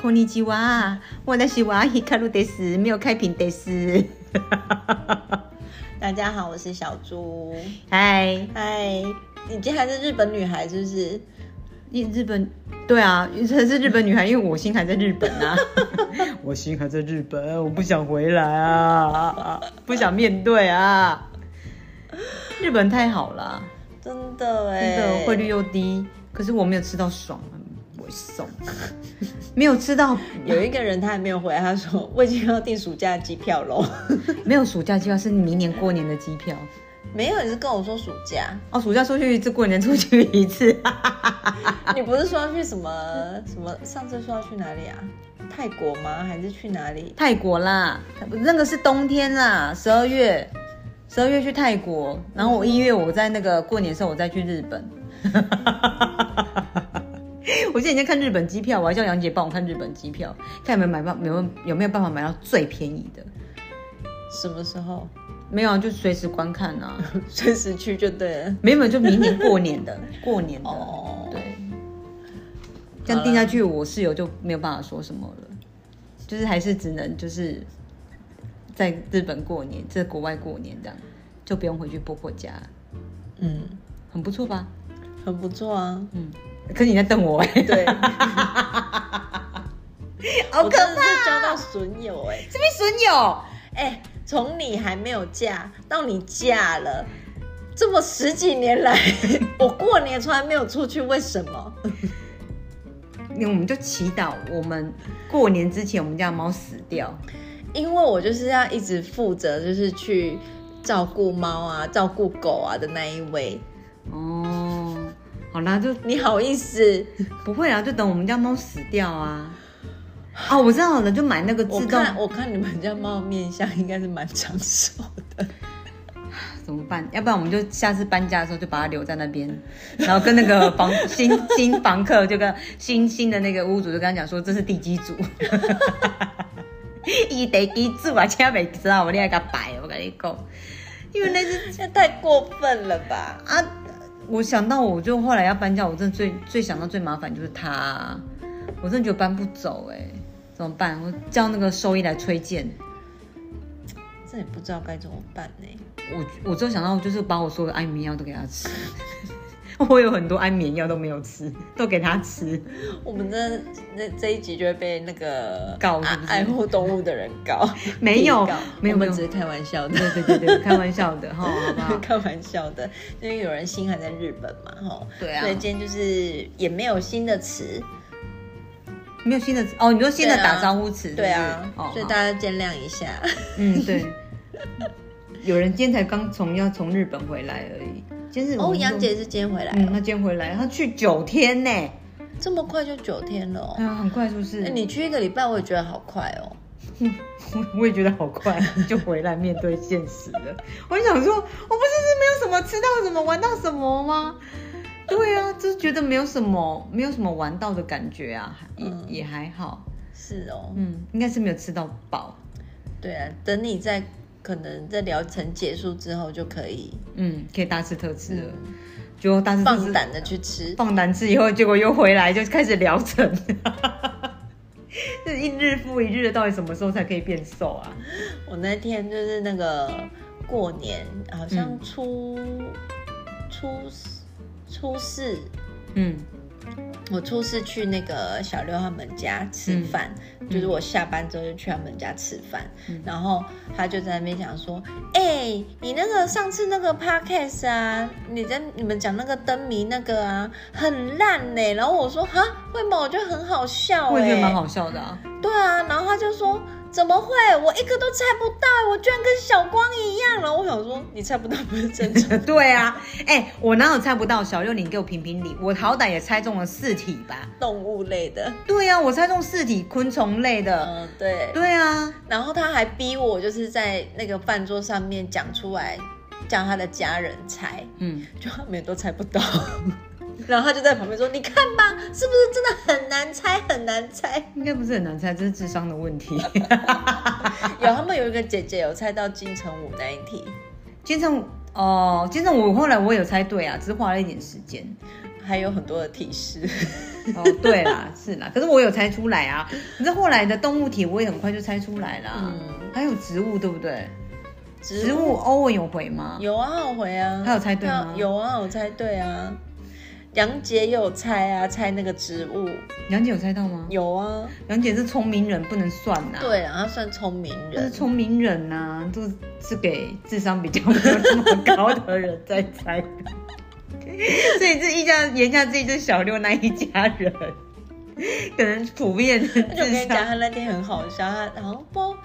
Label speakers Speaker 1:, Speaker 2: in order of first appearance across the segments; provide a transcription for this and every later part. Speaker 1: こんにちは。私はヒカルです。没有开屏です。
Speaker 2: 大家好，我是小猪。
Speaker 1: 嗨，
Speaker 2: 嗨，你今天还是日本女孩是不是？
Speaker 1: 日日本，对啊，这是日本女孩，因为我心还在日本啊， 我心还在日本，我不想回来啊，不想面对啊。日本太好了，
Speaker 2: 真的哎，
Speaker 1: 真的汇率又低，可是我没有吃到爽，我送，没有吃 到
Speaker 2: 有一个人他还没有回来，他说我已经要订暑假机票喽。
Speaker 1: 没有暑假计划，是明年过年的机票。
Speaker 2: 没有，你是跟我说暑假，
Speaker 1: 哦，暑假出去一次，过年出去一次。
Speaker 2: 你不是说要去什么什么？上次说要去哪里啊？泰国吗？还是去哪里？
Speaker 1: 泰国啦，那个是冬天啦，十二月，十二月去泰国，然后我一月我在那个过年的时候我再去日本。 我现在已经看日本机票，我还叫杨姐帮我看日本机票，看有没有买到，有没有有没有办法买到最便宜的。
Speaker 2: 什么时候？
Speaker 1: 没有啊，就随时观看啊。
Speaker 2: 随时去就对了。
Speaker 1: 没有，就明年过年的，过年的。
Speaker 2: 哦
Speaker 1: 对，这样定下去，我室友就没有办法说什么了，就是还是只能就是在日本过年，在国外过年这样，就不用回去婆婆家，
Speaker 2: 嗯，
Speaker 1: 很不错吧？
Speaker 2: 很不错啊。
Speaker 1: 嗯，可是你在瞪我哎、
Speaker 2: 对，
Speaker 1: 好可
Speaker 2: 我真的
Speaker 1: 怕！
Speaker 2: 是交到损友哎、
Speaker 1: 这边损友，
Speaker 2: 哎、从你还没有嫁到你嫁了，这么十几年来， 我过年从来没有出去，为什么？
Speaker 1: 那我们就祈祷我们过年之前我们家的猫死掉。
Speaker 2: 因为我就是要一直负责，就是去照顾猫啊、照顾狗啊的那一位。
Speaker 1: 哦，好啦，就
Speaker 2: 你好意思？
Speaker 1: 不会啦，就等我们家猫死掉啊。哦，我知道了，就买那个
Speaker 2: 我
Speaker 1: 自动，
Speaker 2: 看我看你们家猫的面相应该是蛮长寿的。
Speaker 1: 怎么办？要不然我们就下次搬家的时候就把它留在那边，然后跟那个房 新新房客就跟新新的那个屋主就跟他讲说这是地基 主，伊地基主啊，千万别知道我你爱给它摆，我跟你讲，因为那只
Speaker 2: 这太过分了吧？
Speaker 1: 啊，我想到我就后来要搬家，我真的最最想到最麻烦就是它、我真的觉得搬不走哎、怎么办？我叫那个兽医来推荐。
Speaker 2: 这也不知道该怎么办呢、
Speaker 1: 我我就想到，就是把我所有的安眠药都给他吃， 我有很多安眠药都没有吃，都给他吃。
Speaker 2: 我们这那这一集就会被那个
Speaker 1: 告
Speaker 2: 爱
Speaker 1: 是不是
Speaker 2: 爱护动物的人告，
Speaker 1: 没有
Speaker 2: 提告
Speaker 1: 没有
Speaker 2: 我
Speaker 1: 没有
Speaker 2: 们只是开玩笑的。？
Speaker 1: 对对对对，开玩笑的哈，好不好
Speaker 2: 开玩笑的，因为有人心还在日本嘛，吼，
Speaker 1: 对啊
Speaker 2: 所以今天就是也没有新的词，
Speaker 1: 没有新的哦，你说新的
Speaker 2: 对啊
Speaker 1: 打招呼词是不是，
Speaker 2: 对啊，
Speaker 1: 哦，
Speaker 2: 所以
Speaker 1: 好
Speaker 2: 大家见谅一下。
Speaker 1: 嗯对，有人今天才刚从要从日本回来而已，今天是我
Speaker 2: 哦，
Speaker 1: 们
Speaker 2: 杨
Speaker 1: 录
Speaker 2: 姐，是今天回来
Speaker 1: 嗯，
Speaker 2: 哦，
Speaker 1: 她今天回来，她去九天呢，
Speaker 2: 这么快就九天了哦
Speaker 1: 哎，呀，很快是不是？
Speaker 2: 哎你去一个礼拜，我也觉得好快哦。
Speaker 1: 我我也觉得好快，就回来面对现实了。 我就想说，我不是是没有什么吃到什么玩到什么 吗？对啊，就是觉得没有什么没有什么玩到的感觉啊，也、
Speaker 2: 嗯
Speaker 1: 也还好，
Speaker 2: 是哦，
Speaker 1: 嗯，应该是没有吃到饱，
Speaker 2: 对啊，等你在可能在疗程结束之后就可以
Speaker 1: 嗯，可以大吃特吃了。结果大吃特
Speaker 2: 嗯放
Speaker 1: 吃
Speaker 2: 胆的去吃。
Speaker 1: 放胆吃以后，结果又回来就开始疗程， 这一日复一日的，到底什么时候才可以变瘦啊？
Speaker 2: 我那天就是那个过年，好像
Speaker 1: 嗯
Speaker 2: 初、初初四，
Speaker 1: 嗯
Speaker 2: 我初四去那个小六他们家吃饭，就是我下班之后就去他们家吃饭，
Speaker 1: 嗯
Speaker 2: 然后他就在那边讲说：“哎、你那个上次那个 podcast 啊，你在你们讲那个灯谜那个啊，很烂呢、然后我说：“哈，会吗？我觉得很好笑、欸，
Speaker 1: 我也觉得蛮好笑的啊。，
Speaker 2: 对啊，然后他就说怎么会？我一个都猜不到，我居然跟小光一样了。我想说你猜不到不是正常
Speaker 1: 对啊，哎、我哪有猜不到？小六，你给我评评理，我好歹也猜中了四题吧？
Speaker 2: 动物 类的，
Speaker 1: 对啊，我猜中四题昆虫类的。
Speaker 2: 嗯对。
Speaker 1: 对啊，
Speaker 2: 然后他还逼我就是在那个饭桌上面讲出来，叫他的家人猜，
Speaker 1: 嗯，
Speaker 2: 就他们也都猜不 到。然后他就在旁边说：“你看吧，是不是真的很难猜，很难猜
Speaker 1: 应该不是很难猜，这是智商的问题。？”
Speaker 2: 有他们有一个姐姐有猜到金城武那一题，
Speaker 1: 金正哦，金正，我后来我有猜对啊，只是花了一点时间。
Speaker 2: 还有很多的提示。
Speaker 1: 哦，对啦， 是啦，可是我有猜出来啊。可是后来的动物题我也很快就猜出来啦。
Speaker 2: 嗯
Speaker 1: 还有植物，对不对？
Speaker 2: 植
Speaker 1: 植物欧文有回吗？
Speaker 2: 有啊，我回啊，
Speaker 1: 他有猜对吗
Speaker 2: 他有啊，我猜对啊。杨杰也有猜啊，猜那个植物
Speaker 1: 杨姐有猜到吗？
Speaker 2: 有啊，
Speaker 1: 杨姐是聪明人，不能算呐、，
Speaker 2: 对啊，他算聪明
Speaker 1: 她是
Speaker 2: 人，
Speaker 1: 聪明人呐、都是给智商比较没有那么高的人在猜的。 所以这一家言下之意就是小六那一家人，可能普遍的
Speaker 2: 而且我跟
Speaker 1: 智
Speaker 2: 你讲，
Speaker 1: 商
Speaker 2: 他那天很好笑，他好像不知道，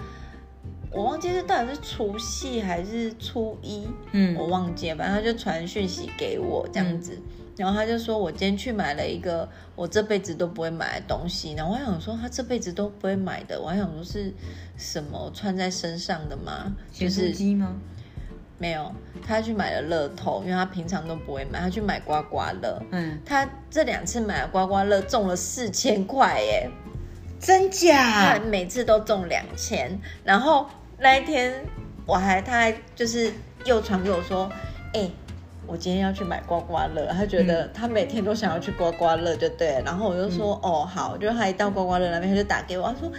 Speaker 2: 我忘记是到底是除夕还是初一，
Speaker 1: 嗯
Speaker 2: 我忘记了，反正他就传讯息给我这样子，
Speaker 1: 嗯
Speaker 2: 然后他就说我今天去买了一个我这辈子都不会买的东西，然后我还想说他这辈子都不会买的，我还想说是什么穿在身上的吗？就
Speaker 1: 咸酥
Speaker 2: 是
Speaker 1: 鸡吗？
Speaker 2: 没有，他去买了乐透，因为他平常都不会买，他去买刮刮乐。
Speaker 1: 嗯，
Speaker 2: 他这两次买了刮刮乐中了四千块耶，
Speaker 1: 真
Speaker 2: 他
Speaker 1: 假？
Speaker 2: 每次都中两千，然后那一天我还他还就是又传给我说，哎、我今天要去买刮刮乐，他觉得他每天都想要去刮刮乐，就对了。然后我就说，哦，好，就他一到刮刮乐那边，他就打给我，他说，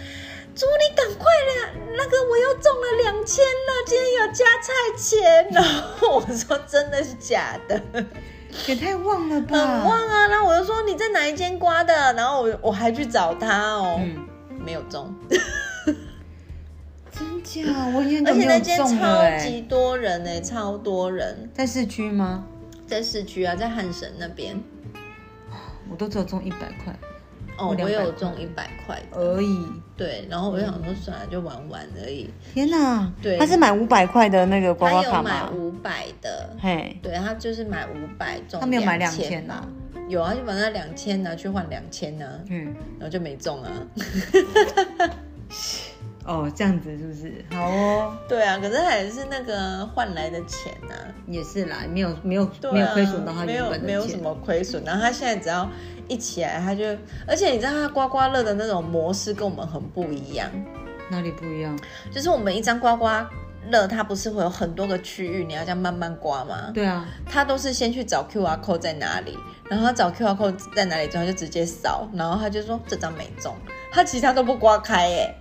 Speaker 2: 祝你赶快啦，那个我又中了两千了，今天有加菜钱。 然后我说，真的是假的？
Speaker 1: 也太旺了吧！
Speaker 2: 很旺啊。然后我就说你在哪一间刮的？然后我我还去找他哦，
Speaker 1: 嗯，
Speaker 2: 没有中。
Speaker 1: 真假？我已经
Speaker 2: 而且
Speaker 1: 没
Speaker 2: 那
Speaker 1: 有
Speaker 2: 间
Speaker 1: 中了
Speaker 2: 超
Speaker 1: 哎、
Speaker 2: 级多人呢、欸超多人
Speaker 1: 在市区吗？
Speaker 2: 在市区啊，在汉神那边。
Speaker 1: 我都只有中一百块
Speaker 2: 哦
Speaker 1: 我，200
Speaker 2: 我有中一百块的，
Speaker 1: 而已。
Speaker 2: 对，然后我就想说算了，就玩玩而已。
Speaker 1: 天哪！
Speaker 2: 对
Speaker 1: 他是买五百块的那个刮
Speaker 2: 他
Speaker 1: 刮
Speaker 2: 有
Speaker 1: 卡
Speaker 2: 买
Speaker 1: 吗？
Speaker 2: 五百的，
Speaker 1: 嘿，
Speaker 2: 对他就是买五百中，
Speaker 1: 他没有买两
Speaker 2: 千
Speaker 1: 千啊。
Speaker 2: 有啊，就把那两千拿去换两千呢，
Speaker 1: 嗯，
Speaker 2: 然后就没中啊。
Speaker 1: 哦，这样子是不是？好哦，
Speaker 2: 对啊，可是还是那个换来的钱啊，
Speaker 1: 也是啦，没有没有、
Speaker 2: 对啊
Speaker 1: 没有亏损到他
Speaker 2: 没
Speaker 1: 原
Speaker 2: 有
Speaker 1: 本的钱。
Speaker 2: 没有什么亏损。然后他现在只要一起来，他就，而且你知道他刮刮乐的那种模式跟我们很不一样，
Speaker 1: 哪里不一样？
Speaker 2: 就是我们一张刮刮乐，它不是会有很多个区域，你要这样慢慢刮吗？
Speaker 1: 对啊，
Speaker 2: 它都是先去找 QR code 在哪里，然后他找 QR code 在哪里之后就直接扫，然后他就说这张没中，他其他都不刮开耶、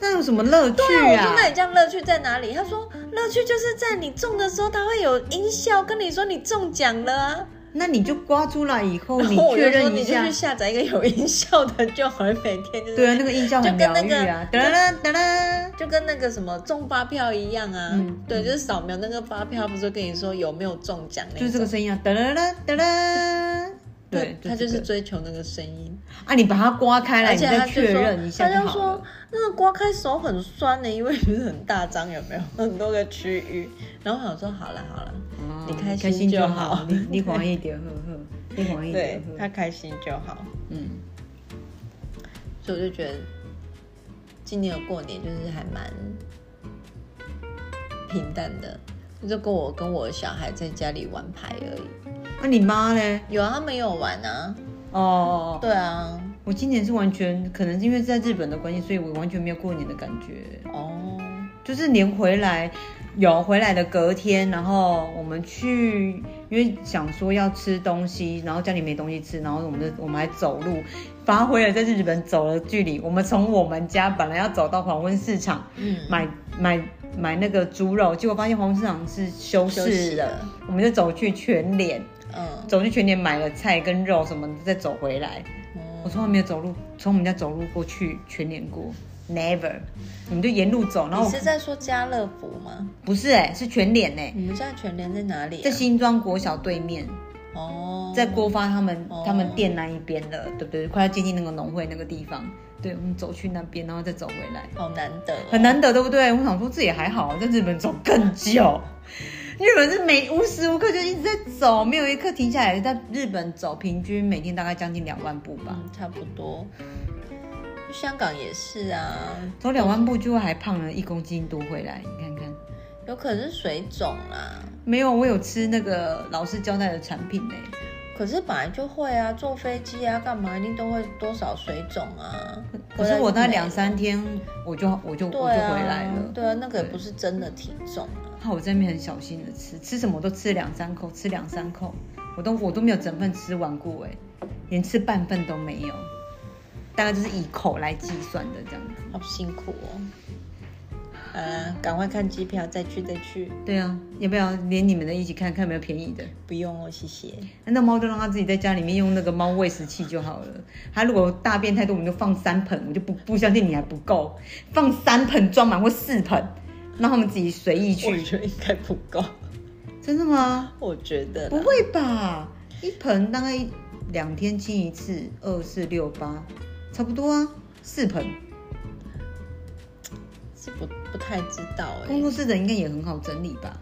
Speaker 1: 那有什么乐趣
Speaker 2: 对啊，我
Speaker 1: 啊
Speaker 2: 说？那你这样乐趣在哪里？他说乐趣就是在你中的时候，它会有音效跟你说你中奖了啊。
Speaker 1: 那你就刮出来以 后，
Speaker 2: 然
Speaker 1: 哦你
Speaker 2: 后我
Speaker 1: 确
Speaker 2: 就说
Speaker 1: 认一
Speaker 2: 你就
Speaker 1: 下
Speaker 2: 去。下载一个有音效的就好，每天就是
Speaker 1: 对啊，那个印象很
Speaker 2: 就跟
Speaker 1: 疗
Speaker 2: 那
Speaker 1: 愈
Speaker 2: 个
Speaker 1: 啊！哒啦哒啦，
Speaker 2: 就跟那个什么中发票一样啊，
Speaker 1: 嗯
Speaker 2: 对，就是扫描那个发票，不是跟你说有没有中奖那
Speaker 1: 就是这
Speaker 2: 种
Speaker 1: 个声音啊！哒啦啦哒啦。 对，
Speaker 2: 他就
Speaker 1: 这
Speaker 2: 是
Speaker 1: 个
Speaker 2: 追求那个声音，
Speaker 1: 啊，你把它刮开来，
Speaker 2: 而
Speaker 1: 你
Speaker 2: 且他
Speaker 1: 再
Speaker 2: 就
Speaker 1: 确认一
Speaker 2: 说，
Speaker 1: 下
Speaker 2: 他就
Speaker 1: 好
Speaker 2: 说
Speaker 1: 了。
Speaker 2: 那个刮开手很酸的、因为就是很大张，有没有很多个区域？然后我想说好了好了，
Speaker 1: 哦
Speaker 2: 你开心
Speaker 1: 心
Speaker 2: 就好
Speaker 1: 好，你你狂一点，呵呵，你狂一
Speaker 2: 对
Speaker 1: 点，呵
Speaker 2: 他
Speaker 1: 呵。
Speaker 2: 开心就好。
Speaker 1: 嗯，
Speaker 2: 所以我就觉得今年的过年就是还蛮平淡的，就跟我跟我小孩在家里玩牌而已。
Speaker 1: 那你妈嘞？
Speaker 2: 有啊，他们也有玩啊，
Speaker 1: 哦哦，哦
Speaker 2: 对啊，
Speaker 1: 我今年是完全可能是因为在日本的关系，所以我完全没有过年的感觉，
Speaker 2: 哦，
Speaker 1: 就是连回来有回来的隔天，然后我们去，因为想说要吃东西，然后家里没东西吃，然后我们就我们还走路，发挥了在日本走的距离，我们从我们家本来要走到黄昏市场
Speaker 2: 嗯，
Speaker 1: 买买买那个猪肉，结果发现黄昏市场是休
Speaker 2: 休息
Speaker 1: 市的，
Speaker 2: 了，
Speaker 1: 我们就走去全联，
Speaker 2: 嗯，
Speaker 1: 走去全联买了菜跟肉什么的，再走回来。我
Speaker 2: 嗯
Speaker 1: 从来没有走路，从我们家走路过去全年过，never。我们就沿路走，然后
Speaker 2: 你
Speaker 1: 我
Speaker 2: 是在说家乐福吗？
Speaker 1: 不是哎、是全脸哎、
Speaker 2: 你们家全联在哪里、啊
Speaker 1: 在新庄国小对面，
Speaker 2: 哦，
Speaker 1: 在郭发他们、
Speaker 2: 哦
Speaker 1: 他们店那一边了，对不对？快要接近那个农会那个地方，对，我们走去那边，然后再走回来，
Speaker 2: 好难得、哦
Speaker 1: 很，难得，对不对？我想说这也还好，啊在日本走更久。日本是每无时无刻就一直在走，没有一刻停下来。在日本走，平均每天大概将近两万步吧，
Speaker 2: 嗯，差不多。香港也是啊，
Speaker 1: 走两万步就还胖了一公斤多回来，你看看。
Speaker 2: 有可能是水肿啊啦。
Speaker 1: 没有，我有吃那个老师交代的产品呢、
Speaker 2: 可是本来就会啊，坐飞机啊，干嘛一定都会多少水肿啊。
Speaker 1: 可是我那两三天我就我就、
Speaker 2: 回
Speaker 1: 我
Speaker 2: 来
Speaker 1: 就
Speaker 2: 就没了
Speaker 1: 回来了。
Speaker 2: 对啊，对啊，那个也
Speaker 1: 对
Speaker 2: 不是真的体重啊。
Speaker 1: 好，我在那边很小心的吃，吃什么都吃两三口，吃两三口，我豆腐我都没有整份吃完过哎，连吃半份都没有，大概就是以口来计算的这样子。
Speaker 2: 好辛苦哦。好啦，赶快看机票，再去再去，
Speaker 1: 对啊，要不要连你们的一起看看有没有便宜的？
Speaker 2: 不用哦，谢谢。
Speaker 1: 那猫就让它自己在家里面用那个猫喂食器就好了。它如果大便太多，我们就放三盆，我就不不相信你还不够，放三盆装满或四盆，让他们自己随意
Speaker 2: 我
Speaker 1: 去。
Speaker 2: 觉得应该不够，
Speaker 1: 真的吗？
Speaker 2: 我觉得
Speaker 1: 不
Speaker 2: 啦
Speaker 1: 会吧？一盆大概一两天清一次，二四六八，差不多啊，四盆。
Speaker 2: 是不不太知道哎、
Speaker 1: 工作室的应该也很好整理吧？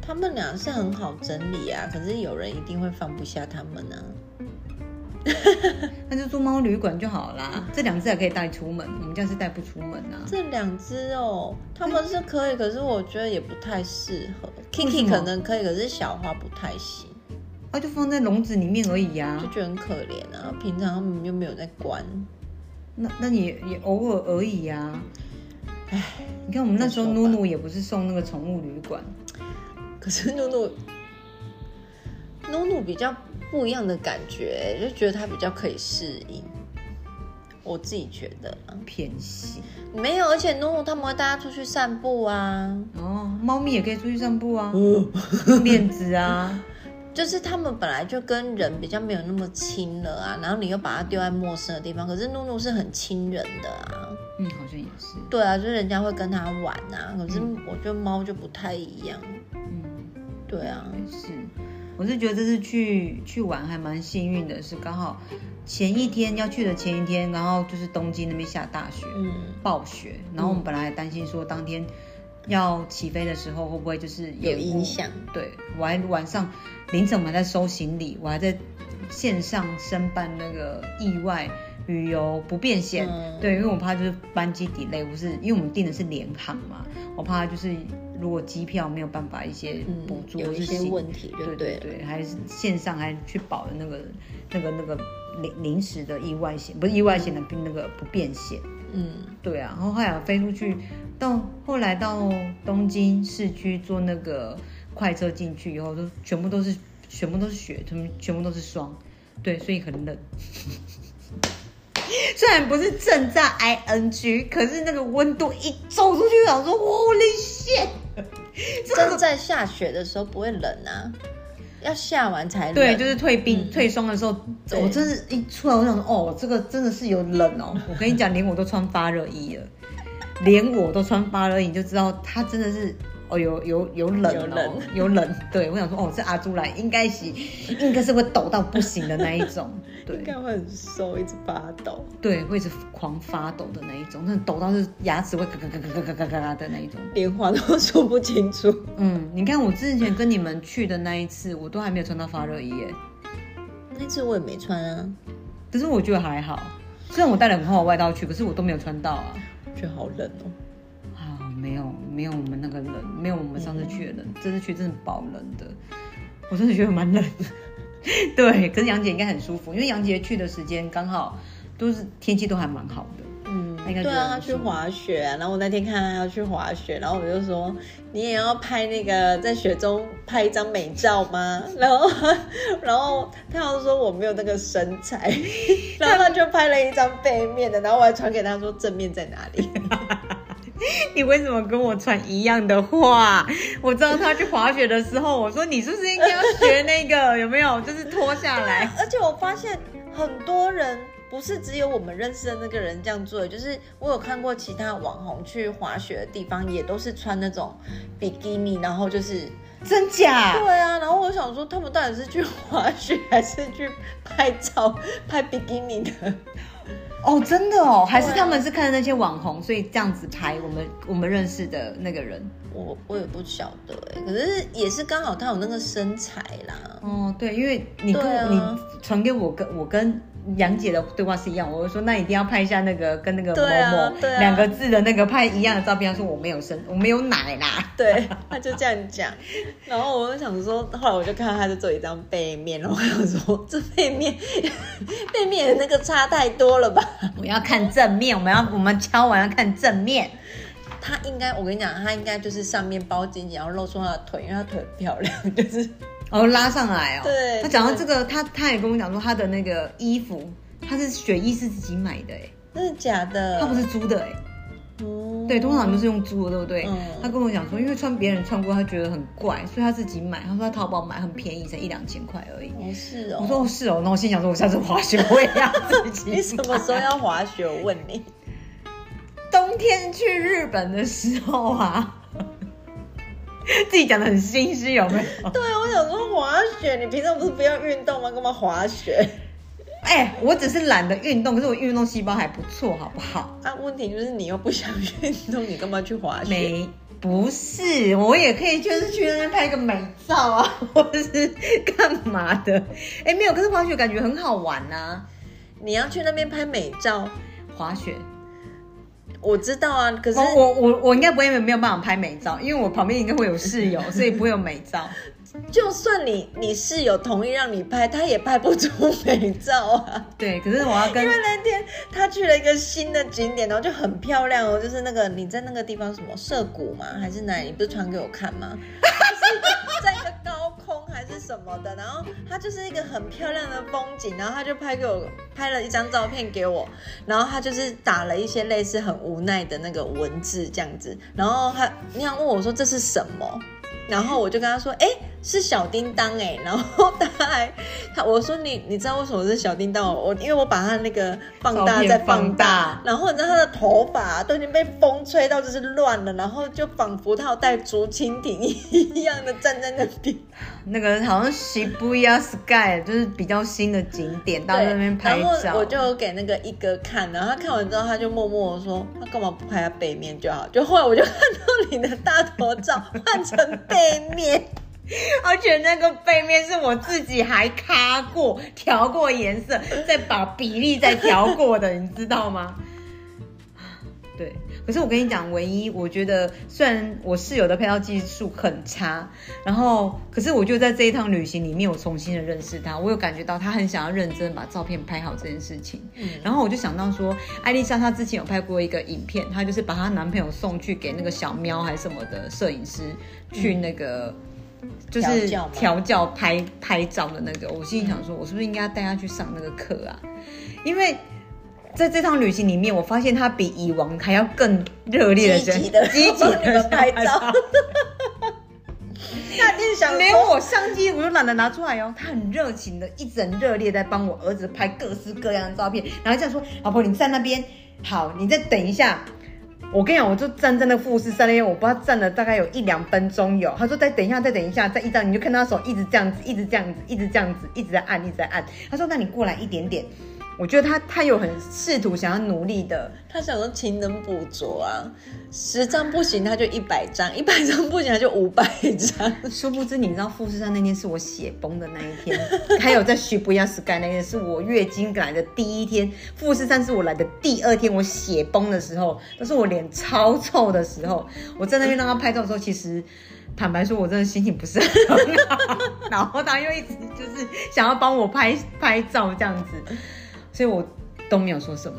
Speaker 2: 他们俩是很好整理啊，可是有人一定会放不下他们呢、啊
Speaker 1: 嗯那就住猫旅馆就好啦。这两只还可以带出门，我们家是带不出门啊。
Speaker 2: 这两只哦，他们是可以，可是我觉得也不太适合。Kiki
Speaker 1: 么
Speaker 2: 可能可以，可是小花不太行，
Speaker 1: 啊，就放在笼子里面而已啊
Speaker 2: 就。觉得很可怜啊。平常他们又没有在关，
Speaker 1: 那那你也偶尔而已啊。唉，你看我们那时候努努也不是送那个宠物旅馆，
Speaker 2: 可是露露，露露比较不一样的感觉，欸就觉得她比较可以适应。我自己觉得啊
Speaker 1: 偏心
Speaker 2: 没有，而且露露他们会带她出去散步啊，
Speaker 1: 哦。猫咪也可以出去散步啊，
Speaker 2: 嗯，
Speaker 1: 链子啊，
Speaker 2: 就是他们本来就跟人比较没有那么亲了啊，然后你又把它丢在陌生的地方，可是露露是很亲人的啊，
Speaker 1: 嗯，好像也是，
Speaker 2: 对啊，就是人家会跟它玩啊，可是我觉得猫就不太一样，
Speaker 1: 嗯，
Speaker 2: 对啊，
Speaker 1: 也是。我是觉得这次去去玩还蛮幸运的，是刚好前一天要去的前一天，然后就是东京那边下大雪，
Speaker 2: 嗯，
Speaker 1: 暴雪，然后我们本来还担心说当天要起飞的时候会不会就是
Speaker 2: 有
Speaker 1: 延误
Speaker 2: 影响，
Speaker 1: 对，我还晚上凌晨我们还在收行李，我还在线上申办那个意外旅游不便险。
Speaker 2: 嗯
Speaker 1: 对，因为我怕就是班机 delay，不是因为我们订的是联航嘛，我怕就是如果机票没有办法一些
Speaker 2: 嗯
Speaker 1: 补助
Speaker 2: 有
Speaker 1: 或
Speaker 2: 一
Speaker 1: 是
Speaker 2: 些
Speaker 1: 行
Speaker 2: 问题就
Speaker 1: 对
Speaker 2: 对
Speaker 1: 对
Speaker 2: 了，
Speaker 1: 对，还是线上还去保了那个那个那个临临时的意外险，不是意外险的那个不便险。
Speaker 2: 嗯，
Speaker 1: 对啊，然后后来我飞出去，到后来到东京市区坐那个快车进去以后，都全部都是全部都是雪，全部全部都是霜，对，所以很冷。 虽然不是正在 ing，可是那个温度一走出去，我想说 Holy shit！这
Speaker 2: 正在下雪的时候不会冷啊，要下完才冷，
Speaker 1: 对，就是退冰、退霜的时候，
Speaker 2: 嗯对
Speaker 1: 我真是一出来，我想说，哦，这个真的是有冷 哦。我跟你讲，连我都穿发热衣了，连我都穿发热衣，你就知道它真的是。哦，有有有冷、哦，
Speaker 2: 有冷，
Speaker 1: 有冷。对，我想说，哦，这阿朱来应该是，应该是会抖到不行的那一种， 对
Speaker 2: 应该会很瘦，一直发抖，
Speaker 1: 对，会一直狂发抖的那一种，那抖到是牙齿会嘎嘎嘎嘎嘎嘎嘎嘎的那一种。
Speaker 2: 连话都说不清楚，
Speaker 1: 嗯，你看我之前跟你们去的那一次，我都还没有穿到发热衣耶。
Speaker 2: 那次我也没穿啊，
Speaker 1: 可是我觉得还好，虽然我带了很厚的外套去，可是我都没有穿到啊。
Speaker 2: 觉得好冷哦。
Speaker 1: 啊，没有没有我们那个冷，没有我们上次去的冷，这次去真的爆冷的，我真的觉得蛮 冷的。对，可是杨姐应该很舒服，因为杨姐去的时间刚好都是天气都还蛮好的。
Speaker 2: 嗯
Speaker 1: 应该，觉
Speaker 2: 对
Speaker 1: 得
Speaker 2: 啊，
Speaker 1: 很
Speaker 2: 他去
Speaker 1: 舒服
Speaker 2: 滑雪啊、然后我那天看他要去滑雪，然后我就说你也要拍那个在雪中拍一张美照吗？ 然后然后他又说我没有那个身材， 然后他就拍了一张背面的，然后我还传给他说正面在哪里。
Speaker 1: 你为什么跟我传一样的话？我知道她去滑雪的时候，我说你是不是应该要学那个有没有？就是脱下来。
Speaker 2: 而且我发现很多人不是只有我们认识的那个人这样做，就是我有看过其他网红去滑雪的地方，也都是穿那种比基尼，然后就是
Speaker 1: 真假？
Speaker 2: 对啊，然后我想说，他们到底是去滑雪还是去拍照、拍比基尼的？
Speaker 1: 哦，真的哦，
Speaker 2: 啊
Speaker 1: 还是他们是看那些网红，所以这样子拍我们我们认识的那个人。
Speaker 2: 我我也不晓得哎、可是也是刚好他有那个身材啦。
Speaker 1: 哦，对，因为你跟、
Speaker 2: 对啊
Speaker 1: 你传给我跟我跟杨姐的对话是一样，我就说那一定要拍一下那个跟那个
Speaker 2: 对啊
Speaker 1: 某某
Speaker 2: 对啊
Speaker 1: 两个字的那个拍一样的照片，她说我没有 生我没有奶啦。
Speaker 2: 对，他就这样讲，然后我就想说，后来我就看到他就做一张背面，然后我想说，这背面 背面的那个差太多了吧？
Speaker 1: 我要看正面，我们要我们敲完要看正面。
Speaker 2: 他应该，我跟你讲，他应该就是上面包紧紧，然后露出他的腿，因为他腿很漂亮，就是
Speaker 1: 哦，拉上来哦。
Speaker 2: 对
Speaker 1: 他讲到这个，他他也跟我讲说，他的那个衣服，他是雪衣是自己买的，哎，
Speaker 2: 真的假的？
Speaker 1: 他不是租的，哎。
Speaker 2: 哦，
Speaker 1: 对，通常都是用租的，对不对？
Speaker 2: 嗯
Speaker 1: 他跟我讲说，因为穿别人穿过，他觉得很怪，所以他自己买。他说他淘宝买很便宜，才一两千块而已。
Speaker 2: 不是哦。
Speaker 1: 我说哦是哦，那我心想说，我下次滑雪我也要自己买。
Speaker 2: 你什么时候要滑雪？我问你。
Speaker 1: 冬天去日本的时候啊，自己讲的很心虚，有没有？
Speaker 2: 对，啊我想说滑雪，你平常不是不要运动吗？干嘛滑雪？
Speaker 1: 哎、我只是懒得运动，可是我运动细胞还不错，好不好？
Speaker 2: 啊，问题就是你又不想运动，你干嘛去滑雪？
Speaker 1: 没，不是，我也可以就是去那边拍个美照啊， 或者是干嘛的？哎、没有，可是滑雪感觉很好玩啊呐、
Speaker 2: 你要去那边拍美照，
Speaker 1: 滑雪，
Speaker 2: 我知道啊，可是
Speaker 1: 我我我我应该不会没有办法拍美照，因为我旁边应该会有室友，所以不会有美照。
Speaker 2: 就算你你室友同意让你拍，他也拍不出美照啊。
Speaker 1: 对，可是我要跟
Speaker 2: 因为那天他去了一个新的景点，然后就很漂亮哦，就是那个你在那个地方什么涩谷吗？还是哪里？你不是传给我看吗？就是在一个高空还是什么的，然后它就是一个很漂亮的风景，然后他就拍给我拍了一张照片给我，然后他就是打了一些类似很无奈的那个文字这样子，然后他你想问我说这是什么？然后我就跟他说，哎、是小叮当哎、然后他还他我说你你知道为什么是小叮当吗？我因为我把他那个放
Speaker 1: 照
Speaker 2: 大
Speaker 1: 片
Speaker 2: 再放
Speaker 1: 放大
Speaker 2: 大，然后你知道他的头发都已经被风吹到就是乱了，然后就仿佛他有带竹蜻蜓一样的站在那边。
Speaker 1: 那个好像 Shibuya Sky 就是比较新的景点，到那边拍
Speaker 2: 然后
Speaker 1: 照。
Speaker 2: 我就给那个一哥看，然后他看完之后，他就默默的说：“他干嘛不拍他背面就好？”就后来我就看到你的大头照换成背面，
Speaker 1: 而且那个背面是我自己还卡过、调过颜色，再把比例再调过的，你知道吗？对，可是我跟你讲，唯一我觉得，虽然我室友的配套技术很差，然后可是我就在这一趟旅行里面，我重新的认识他，我有感觉到他很想要认真把照片拍好这件事情。然后我就想到说，艾丽莎她之前有拍过一个影片，她就是把她男朋友送去给那个小喵还是什么的摄影师去那个。就是
Speaker 2: 嗯调教吗
Speaker 1: 调教拍拍照的那个，我心里想说，我是不是应该带她去上那个课啊？因为在这趟旅行里面，我发现她比以往还要更热烈的
Speaker 2: 积极的
Speaker 1: 积极
Speaker 2: 帮你
Speaker 1: 的
Speaker 2: 们拍照。那你想
Speaker 1: 没有
Speaker 2: 说
Speaker 1: 我相机，我就懒得拿出来哦。他很热情的，一整热烈在帮我儿子拍各式各样的照片，然后这样说：“老婆，你站那边，好，你再等一下。”我跟你讲，我就站在那个富士山那边，我不知道站了大概有一两分钟有。他说再等一下，再等一下，再一张，你就看他手一直这样子，一直这样子，一直这样子，一直在按，一直在按。他说：“那你过来一点点。”我觉得他他有很试图想要努力的，
Speaker 2: 他想说勤能补拙啊，十张不行他就一百张，一百张不行他就五百张。
Speaker 1: 殊不知，你知道富士山那天是我血崩的那一天，还有在徐不亚 sky 那天是我月经来的第一天，富士山是我来的第二天，我血崩的时候，都是我脸超臭的时候，我在那边让他拍照的时候，其实坦白说，我真的心情不是很好， 然后他又一直就是想要帮我拍拍照这样子，所以我都没有说什么，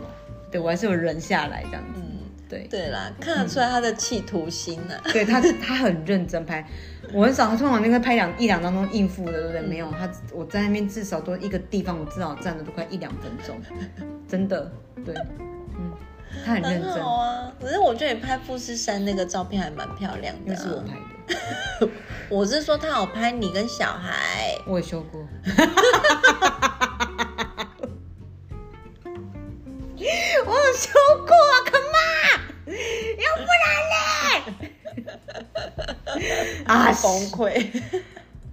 Speaker 1: 对我还是有忍下来这样子，
Speaker 2: 嗯，
Speaker 1: 对。
Speaker 2: 对啦，看得出来他的企图心呐、啊。
Speaker 1: 对他，他很认真拍。我很少，他通常那个拍两一两当中应付的，对
Speaker 2: 嗯
Speaker 1: 不对？没有他，我在那边至少都一个地方，我至少站了都快一两分钟，真的，对，嗯，他很认
Speaker 2: 很
Speaker 1: 真，
Speaker 2: 好啊，可是我觉得你拍富士山那个照片还蛮漂亮
Speaker 1: 又
Speaker 2: 的、
Speaker 1: 是我
Speaker 2: 啊。
Speaker 1: 拍的，
Speaker 2: 我是说他有拍你跟小孩，
Speaker 1: 我也修过。 我有修过啊，可妈，要不 然嘞？啊，
Speaker 2: 崩溃。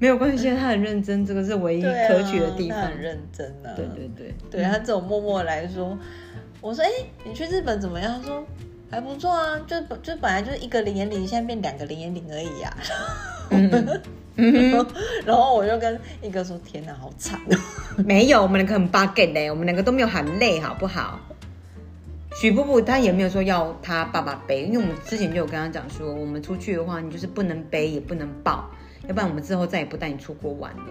Speaker 1: 没有关系，现在他很认真，这个是唯一
Speaker 2: 对啊
Speaker 1: 可取的地
Speaker 2: 他
Speaker 1: 方
Speaker 2: 很。认真啊。
Speaker 1: 对对对，
Speaker 2: 对他这种默默来说，我说哎、你去日本怎么样？他说还不错啊，就本就本来就是一个零眼零，现在变两个零眼零而已啊。
Speaker 1: 嗯，
Speaker 2: 然后我就跟一个说，天哪，好惨啊。
Speaker 1: 没有，我们两个很 bug 嘞，我们两个都没有喊累，好不好？许布布他也没有说要他爸爸背，因为我们之前就有跟他讲说，我们出去的话，你就是不能背也不能抱，要不然我们之后再也不带你出国玩了。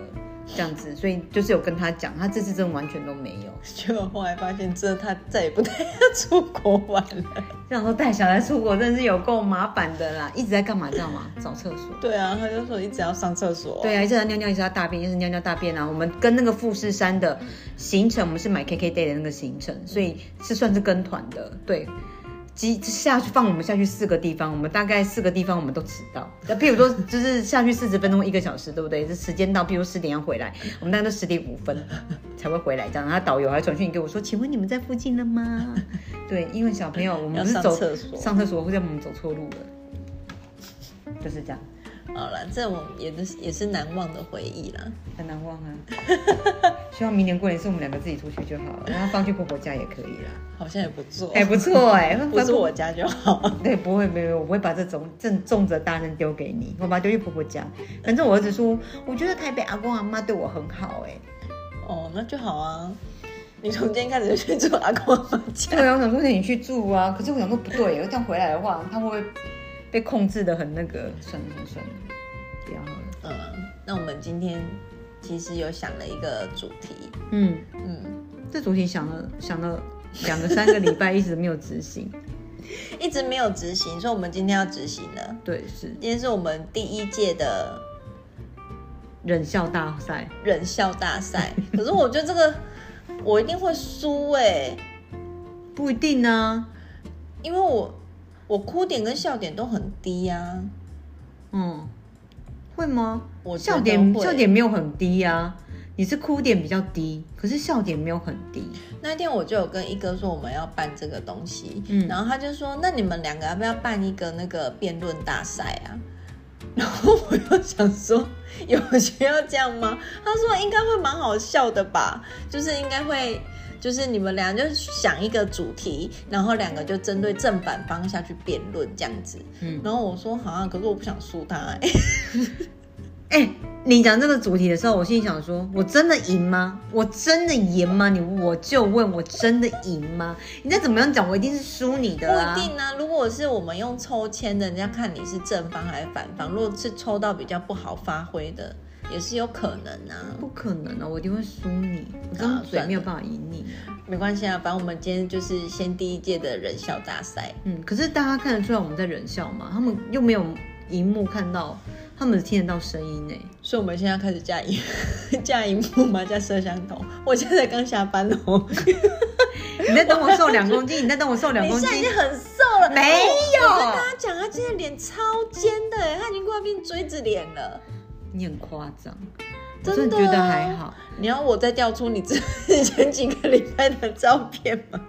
Speaker 1: 这样子，所以就是有跟他讲，他这次真的完全都没有。
Speaker 2: 结果后来发现，真的他再也不带他出国玩了。
Speaker 1: 这样说带小孩出国真是有够麻烦的啦，一直在干嘛，知道吗？找厕所。
Speaker 2: 对啊，他就说一直要上厕所。
Speaker 1: 对啊，一直要尿尿，一直要大便，一直尿尿大便啊。我们跟那个富士山的行程，我们是买 KK day 的那个行程，所以是算是跟团的。对，几下去放我们下去四个地方，我们大概四个地方我们都迟到。那譬如说，就是下去四十分钟一个小时，对不对？这时间到，譬如十点要回来，我们大概都十点五分才会回来。这样，然后导游还传讯给我说：“请问你们在附近了吗？” 对，因为小朋友我们
Speaker 2: 要
Speaker 1: 是
Speaker 2: 上
Speaker 1: 走
Speaker 2: 厕所
Speaker 1: 上厕所或者我们走错路了，就是这样。
Speaker 2: 好了，这我也是也是难忘的回忆啦。
Speaker 1: 很难忘啊！ 希望明年过年是我们两个自己出去就好了，然后放去婆婆家也可以啦。
Speaker 2: 好像也不错，
Speaker 1: 哎、不错 哎、
Speaker 2: 不是我家就好。
Speaker 1: 对，不会，没有，我会把这种重重责大任丢给你，我把它丢去婆婆家。反正我儿子说，我觉得台北阿公阿妈对我很好哎、
Speaker 2: 哦，那就好啊。你从今天开始就去住阿公阿妈
Speaker 1: 对
Speaker 2: 家，
Speaker 1: 啊，我想说你去住啊，可是我想说不对，这样回来的话，他会不会被控制的很那个？算了算了算了，不要好了。
Speaker 2: 嗯，那我们今天其实有想了一个主题，
Speaker 1: 嗯，
Speaker 2: 嗯，
Speaker 1: 这主题想了想了两个三个礼拜，一直没有执行。
Speaker 2: 一直没有执行，所以我们今天要执行了。
Speaker 1: 对，是
Speaker 2: 今天是我们第一届的
Speaker 1: 忍笑大赛。
Speaker 2: 忍笑大赛，可是我觉得这 个我一定会输哎、
Speaker 1: 不一定啊，
Speaker 2: 因为我我哭点跟笑点都很低呀、啊。
Speaker 1: 嗯，会吗？
Speaker 2: 我觉得
Speaker 1: 笑点
Speaker 2: 会
Speaker 1: 笑点没有很低啊，你是哭点比较低，可是笑点没有很低。
Speaker 2: 那天我就有跟一哥说我们要办这个东西，
Speaker 1: 嗯
Speaker 2: 然后他就说那你们两个要不要办一个那个辩论大赛啊？ 然后我又想说有需要这样吗？他说应该会蛮好笑的吧，就是应该会。就是你们俩就想一个主题，然后两个就针对正反方下去辩论这样子。
Speaker 1: 嗯，
Speaker 2: 然后我说好啊，可是我不想输他、欸。
Speaker 1: 哎、你讲这个主题的时候，我心里想说，我真的赢吗？我真的赢吗？你我就问，我真的赢吗？你再怎么样讲，我一定是输你的啊。
Speaker 2: 不一定啊，如果是我们用抽签的，人家看你是正方还是反方。如果是抽到比较不好发挥的，也是有可能啊。
Speaker 1: 不可能啊！我一定会输你，我这
Speaker 2: 啊
Speaker 1: 张嘴
Speaker 2: 算
Speaker 1: 没有
Speaker 2: 了
Speaker 1: 办法赢你啊、
Speaker 2: 没关系啊，反正我们今天就是先第一届的人校大赛。
Speaker 1: 嗯，可是大家看得出来我们在忍笑吗？他们又没有荧幕看到，他们只听得到声音呢、欸
Speaker 2: 所以我们现在开始架 荧架荧幕嘛，架摄像头。我现在刚下班哦，
Speaker 1: 你在等我瘦两公斤，你在等我瘦两
Speaker 2: 你
Speaker 1: 公
Speaker 2: 现在已
Speaker 1: 斤
Speaker 2: 经，很瘦了。
Speaker 1: 没有
Speaker 2: 我跟大家讲，他今天脸超尖的耶，他已经快要变锥子脸了。
Speaker 1: 你很夸张，我真
Speaker 2: 真的
Speaker 1: 的
Speaker 2: 啊
Speaker 1: 觉得还好。
Speaker 2: 你要我再调出你之前几个礼拜的照片吗？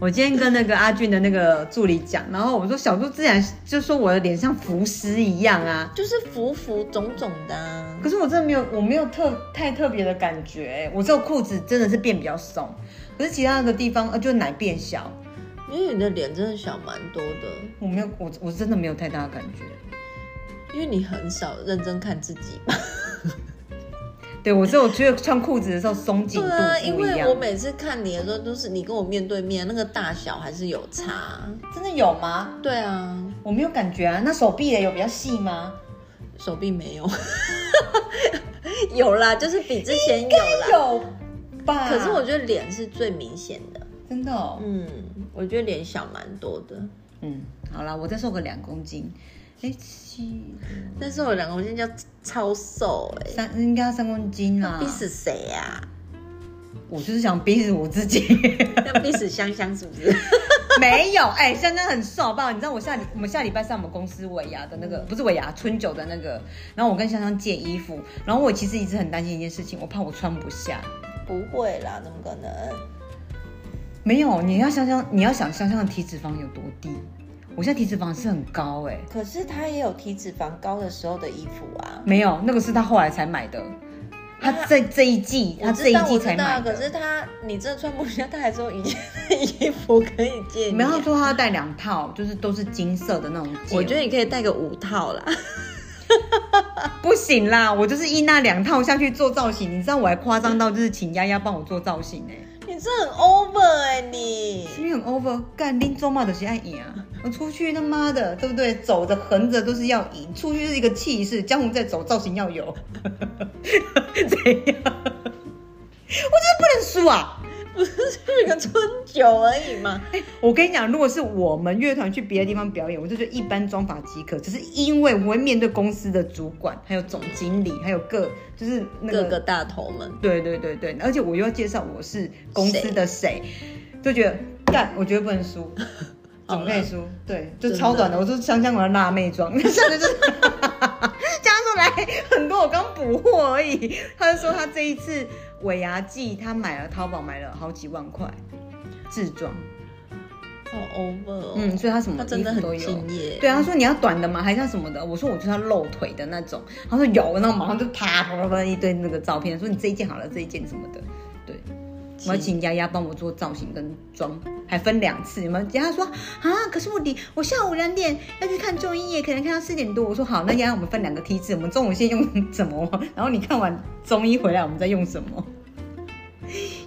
Speaker 1: 我今天跟那个阿俊的那个助理讲，然后我说小猪自然就说我的脸像浮尸一样啊，
Speaker 2: 就是浮浮肿肿的、啊。
Speaker 1: 可是我真的没有，我没有特太特别的感觉、欸我只有裤子真的是变比较松，可是其他的地方呃就奶变小，
Speaker 2: 因为你的脸真的小蛮多的，
Speaker 1: 我没有我我真的没有太大的感觉。
Speaker 2: 因为你很少认真看自己 吧。
Speaker 1: 对我只有觉得穿裤子的时候松紧
Speaker 2: 对
Speaker 1: 度
Speaker 2: 啊，因
Speaker 1: 不一
Speaker 2: 为
Speaker 1: 样
Speaker 2: 我，每次看你的时候，都是你跟我面对面，那个大小还是有差。
Speaker 1: 真的有吗？
Speaker 2: 对啊，
Speaker 1: 我没有感觉啊，那手臂也有比较细吗？
Speaker 2: 手臂没有， 有啦，就是比之前有啦。
Speaker 1: 有吧？
Speaker 2: 可是我觉得脸是最明显的，
Speaker 1: 真的、哦，
Speaker 2: 嗯，我觉得脸小蛮多的。
Speaker 1: 嗯，好啦，我再瘦个两公斤，哎、七
Speaker 2: 但是我两个我现在叫超瘦哎、
Speaker 1: 三应该要三公斤啦。
Speaker 2: 哦逼死谁啊呀、
Speaker 1: 我就是想逼死我自己，
Speaker 2: 要逼死香香是不是？
Speaker 1: 没有，哎、香香很瘦，好不好？你知道我下礼我们下礼拜上我们公司尾牙的那个，
Speaker 2: 嗯
Speaker 1: 不是尾牙春酒的那个，然后我跟香香借衣服，然后我其实一直很担心一件事情，我怕我穿不下。
Speaker 2: 不会啦，怎么可能？
Speaker 1: 没有，你要香香，你要想香香的体脂肪有多低，我现在体脂肪是很高哎、
Speaker 2: 可是他也有体脂肪高的时候的衣服啊。
Speaker 1: 没有，那个是他后来才买的，他
Speaker 2: 那
Speaker 1: 在这一季，他
Speaker 2: 我
Speaker 1: 这
Speaker 2: 知
Speaker 1: 一
Speaker 2: 道，
Speaker 1: 季
Speaker 2: 我
Speaker 1: 才
Speaker 2: 知
Speaker 1: 买
Speaker 2: 道，
Speaker 1: 的。
Speaker 2: 可是他你真的穿不下，他还说以前的衣服可以借你啊
Speaker 1: 没有，他说他要带两套，就是都是金色的那种戒指。
Speaker 2: 我觉得你可以带个五套啦。
Speaker 1: 不行啦，我就是一那两套下去做造型。你知道我还夸张到就是请丫丫帮我做造型哎、
Speaker 2: 你 你这很 over 哎、你。
Speaker 1: 是因为很 over，干拎周嘛都是爱赢啊！我出去他妈的，对不对？走着横着都是要赢，出去是一个气势，江湖在走，造型要有， 怎样？ 我真的不能输啊！
Speaker 2: 不是去个春酒而已嘛？
Speaker 1: 我跟你讲，如果是我们乐团去别的地方表演，我就觉得一般装法即可。只是因为我会面对公司的主管，还有总经理，还有各就是 那
Speaker 2: 各
Speaker 1: 个
Speaker 2: 个大头们，
Speaker 1: 对对对对，而且我又要介绍我是公司的谁，就觉得干，我绝对不能 输，怎么可以输？对，就
Speaker 2: 真的
Speaker 1: 超短的，我就香香我的辣妹装，下面就是。加出来很多，我刚补货而已。他就说他这一次尾牙季，他买了淘宝买了好几万块自装，
Speaker 2: 好 over 哦。
Speaker 1: 嗯，所以他什么
Speaker 2: 他真的
Speaker 1: 衣服都
Speaker 2: 很
Speaker 1: 有。
Speaker 2: 敬业。
Speaker 1: 对，啊他说你要短的吗？还是要什么的？我说我就是要露腿的那种。他说有，然后马上就啪啪啪啪一堆那个照片，说你这一件好了，这一件什么的。对，我要请丫丫帮我做造型跟妆，还分两次。你们丫丫说啊，可是我离我下午两点要去看中医耶，可能看到四点多。我说好，那丫丫我们分两个梯次，我们中午先用什么， 然后你看完中医回来我们再用什么。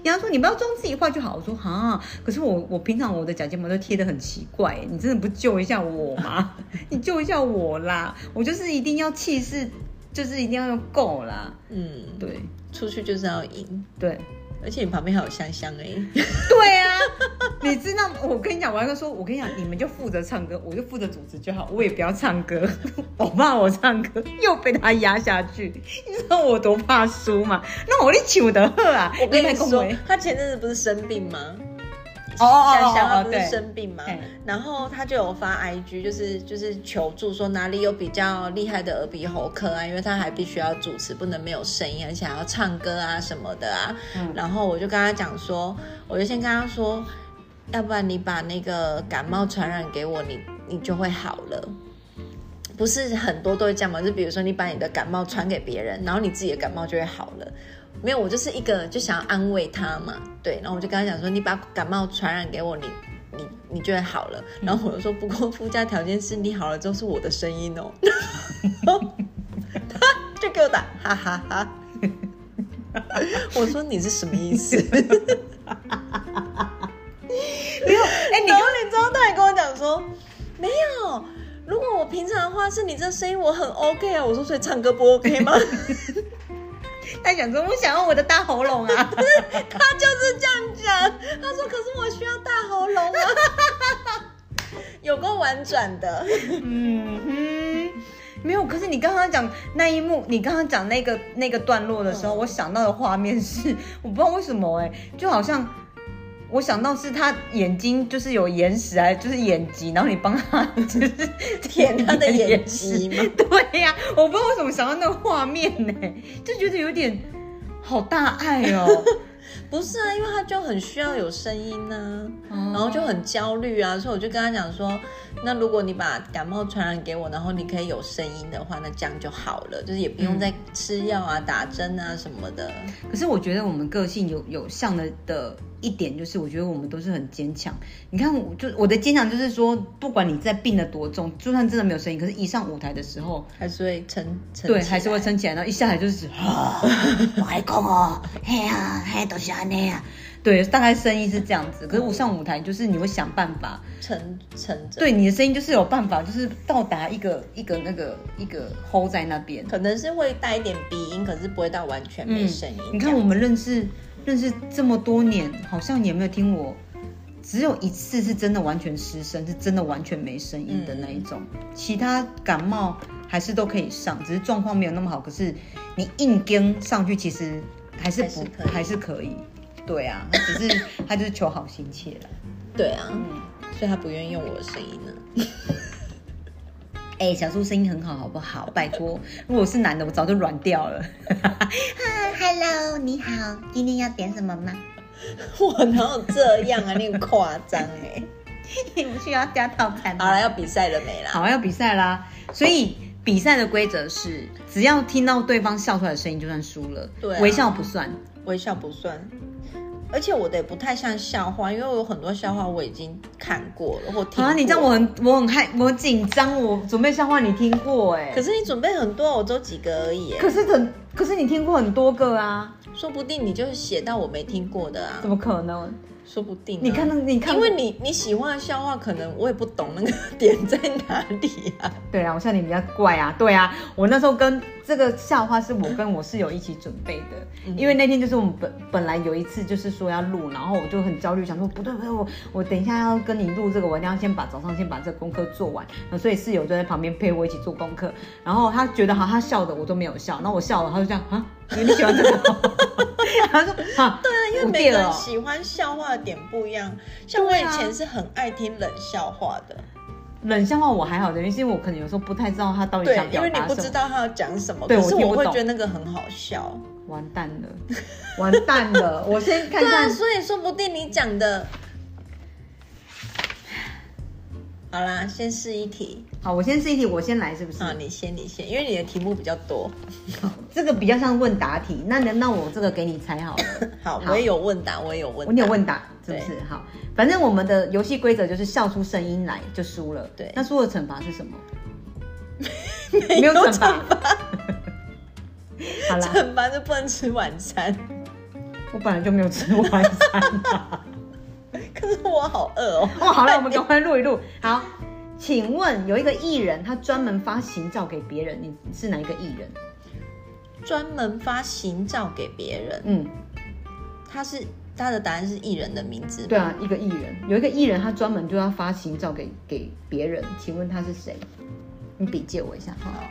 Speaker 1: 丫丫说：“你不要装自己坏就好。”我说：“啊，可是我我平常我的假睫毛都贴的很奇怪，你真的不救一下我吗？ 你救一下我啦！我就是一定要气势，就是一定要用够啦。
Speaker 2: 嗯，
Speaker 1: 对
Speaker 2: 出去就是要赢，
Speaker 1: 对，
Speaker 2: 而且你旁边还有香香哎、
Speaker 1: 对啊，你知道，我跟你讲，我还跟他说，我跟你讲，你们就负责唱歌，我就负责主持就好，我也不要唱歌。 我怕我唱歌又被他压下去，你知道我多怕输吗？那我得糗得喝啊！
Speaker 2: 我跟你
Speaker 1: 们
Speaker 2: 说，他前阵子不是生病吗？
Speaker 1: 哦哦
Speaker 2: 香香
Speaker 1: 哦
Speaker 2: 她
Speaker 1: 哦，
Speaker 2: 不是
Speaker 1: 对，
Speaker 2: 生病吗
Speaker 1: 嘿？
Speaker 2: 然后他就有发 IG，就是就是求助说哪里有比较厉害的耳鼻喉科啊，因为他还必须要主持，不能没有声音，而且还要唱歌啊什么的啊。
Speaker 1: 嗯
Speaker 2: 然后我就跟他讲说，我就先跟他说，要不然你把那个感冒传染给我，你你就会好了。不是很多都会这样嘛？就比如说你把你的感冒传给别人，然后你自己的感冒就会好了。没有，我就是一个就想要安慰他嘛，对。然后我就跟他讲说，你把感冒传染给我，你你你就会好了。然后我就说，不过附加条件是你好了之后是我的声音哦。 然后他就给我打哈哈哈我说你是什么意思？
Speaker 1: 哎、你
Speaker 2: 然后你知道他还跟我讲说，没有，如果我平常的话是你这声音我很 OK 啊。我说所以唱歌不 OK 吗？
Speaker 1: 他想说，我想要我的大喉咙啊。
Speaker 2: 他就是这样讲，他说可是我需要大喉咙啊， 有够婉转的。
Speaker 1: 嗯哼，没有。可是你刚刚讲那一幕，你刚刚讲那个那个段落的时候，
Speaker 2: 嗯
Speaker 1: 我想到的画面是，我不知道为什么哎、就好像我想到是他眼睛就是有眼屎啊，就是眼疾，然后你帮他就是
Speaker 2: 舔他的 眼
Speaker 1: 屎
Speaker 2: 睛吗？
Speaker 1: 对呀、我不知道为什么想到那个画面呢、就觉得有点好大爱 哦。
Speaker 2: 不是啊，因为他就很需要有声音呢、
Speaker 1: 哦
Speaker 2: 然后就很焦虑啊，所以我就跟他讲说，那如果你把感冒传染给我，然后你可以有声音的话，那这样就好了，就是也不用再吃药啊、打针啊什么的。
Speaker 1: 可是我觉得我们个性有有像的的一点，就是我觉得我们都是很坚强。你看，我就我的坚强就是说，不管你在病得多重，就算真的没有声音，可是一上舞台的时候，
Speaker 2: 还是会撑撑，
Speaker 1: 对，还是会。撑起来，然后一下来就是啊，我还讲哦，嘿啊，嘿都是安尼啊，对，大概声音是这样子。可是我上舞台就是你会想办法，
Speaker 2: 撑撑着。
Speaker 1: 对，你的声音就是有办法，就是到达一个一个那个一个 hold 在那边。
Speaker 2: 可能是会带一点鼻音，可是不会到完全没声音、
Speaker 1: 嗯你看我们认识认识这么多年，好像也没有听我，只有一次是真的完全失声，是真的完全没声音的那一种。其他感冒还是都可以上，只是状况没有那么好。可是你硬跟上去，其实还是不
Speaker 2: 还是可以
Speaker 1: 还是可以。对啊，只是 他就是求好心切了。
Speaker 2: 对啊，
Speaker 1: 嗯
Speaker 2: 所以他不愿意用我的声音呢、
Speaker 1: 哎、小猪声音很好，好不好？拜托，如果是男的，我早就软掉了。Hello，你嗯好，今天要点什么吗？
Speaker 2: 我哪有这样啊？你很夸张 哎！
Speaker 1: 我需要加套餐
Speaker 2: 好了，要比赛了没啦？
Speaker 1: 好，要比赛啦。所以比赛的规则是，只要听到对方笑出来的声音就算输了，
Speaker 2: 对啊
Speaker 1: 微笑不算。
Speaker 2: 微笑不算。而且我的也不太像笑话，因为我有很多笑话我已经看过了或听过。
Speaker 1: 啊，你这样我很我很害，我很紧张，我准备笑话你听过哎、
Speaker 2: 可是你准备很多，我只有几个而已耶。
Speaker 1: 可是很可是你听过很多个啊，
Speaker 2: 说不定你就写到我没听过的啊
Speaker 1: 怎，么可能？
Speaker 2: 说不定啊、
Speaker 1: 你看那你看，
Speaker 2: 因为你你喜欢的笑话，可能我也不懂那个点在哪里 啊。
Speaker 1: 对啊，我像你比较怪啊，对啊，我那时候跟这个笑话是我跟我室友一起准备的，
Speaker 2: 嗯
Speaker 1: 因为那天就是我们本本来有一次就是说要录，然后我就很焦虑，想说不对不对，我我等一下要跟你录这个，我一定要先把早上先把这个功课做完，然后所以室友就在旁边陪我一起做功课，然后他觉得好，他笑的我都没有笑，然后我笑了，他就这样啊，你喜欢这个 哦？他说啊，对
Speaker 2: 因为每个人喜欢笑话的点不一样，像我
Speaker 1: 对
Speaker 2: 以
Speaker 1: 啊
Speaker 2: 前是很爱听冷笑话的，
Speaker 1: 冷笑话我还好的，原因是因为我可能有时候不太知道他到底
Speaker 2: 对
Speaker 1: 想，
Speaker 2: 因
Speaker 1: 表
Speaker 2: 为你
Speaker 1: 达
Speaker 2: 不
Speaker 1: 什
Speaker 2: 知
Speaker 1: 么。
Speaker 2: 道他要讲什么，
Speaker 1: 对
Speaker 2: 可
Speaker 1: 我
Speaker 2: 是
Speaker 1: 听不
Speaker 2: 我会
Speaker 1: 懂
Speaker 2: 觉得那个很好笑。
Speaker 1: 完蛋了，完蛋了！我先看
Speaker 2: 对啊，
Speaker 1: 看
Speaker 2: 所以说不定你讲的。好啦，先试一题
Speaker 1: 好，我先试一题，我先来，是不是？
Speaker 2: 啊，你先你先，因为你的题目比较多。
Speaker 1: 这个比较像问答题，那那那我这个给你猜好 了，
Speaker 2: 好，
Speaker 1: 好
Speaker 2: 我也有问答，我也有问答，
Speaker 1: 我你有问答是不是？好，反正我们的游戏规则就是笑出声音来就输了。
Speaker 2: 对
Speaker 1: 那输的惩罚是什 么？
Speaker 2: 没
Speaker 1: 没有惩罚
Speaker 2: 惩罚，
Speaker 1: 好啦，
Speaker 2: 惩罚就不能吃晚餐。
Speaker 1: 我本来就没有吃晚餐 啊。
Speaker 2: 可是我好饿哦。
Speaker 1: 哦，好了，我们赶快录一录。好，请问有一个艺人，他专门发行照给别人，你你是哪一个艺人？
Speaker 2: 专门发行照给别人，
Speaker 1: 嗯，
Speaker 2: 他是他的答案是艺人的名字，
Speaker 1: 对，啊，一个艺人，有一个艺人，他专门就要发行照给给别人，请问他是谁？你笔借我一下，好，
Speaker 2: 好，哦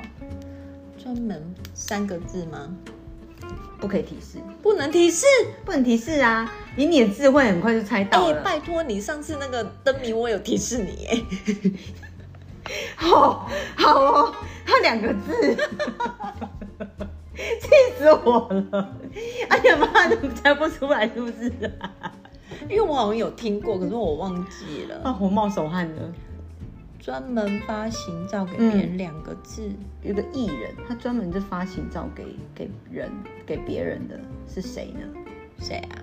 Speaker 2: 专门三个字吗？
Speaker 1: 不可以提示，
Speaker 2: 不能提示。
Speaker 1: 不能提示啊！以你的智慧，很快就猜
Speaker 2: 哎、
Speaker 1: 到了。
Speaker 2: 拜托你上次那个灯谜我有提示你，哎，
Speaker 1: 好，好哦，他两个字，气死我了！哎呀妈，怎么猜不出来是不是啊？
Speaker 2: 因为我好像有听过，可是我忘记了。
Speaker 1: 啊，我冒手汗了。
Speaker 2: 专门发行照给别人两个字，
Speaker 1: 有一个艺人，他专门就发行照给给人给别人的是谁呢？
Speaker 2: 谁、啊？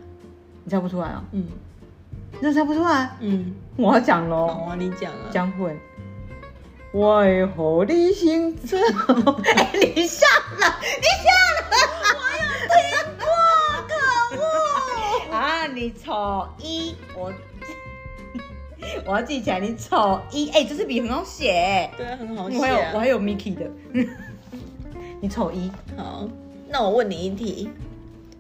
Speaker 1: 你猜不出来啊、
Speaker 2: 嗯
Speaker 1: 你真的猜不出来？
Speaker 2: 嗯，
Speaker 1: 我要讲喽。
Speaker 2: 好啊，你讲啊。
Speaker 1: 将会。为何你心这？ 哎、你下了，你下了！我有听过，可恶！ 啊，你丑一，我 我要记起来，你丑一。哎、这支笔很好写、
Speaker 2: 对啊，很好
Speaker 1: 我
Speaker 2: 写、
Speaker 1: 还有我
Speaker 2: 啊。
Speaker 1: 还有 Mickey 的， 你丑一，
Speaker 2: 好，那我问你一题，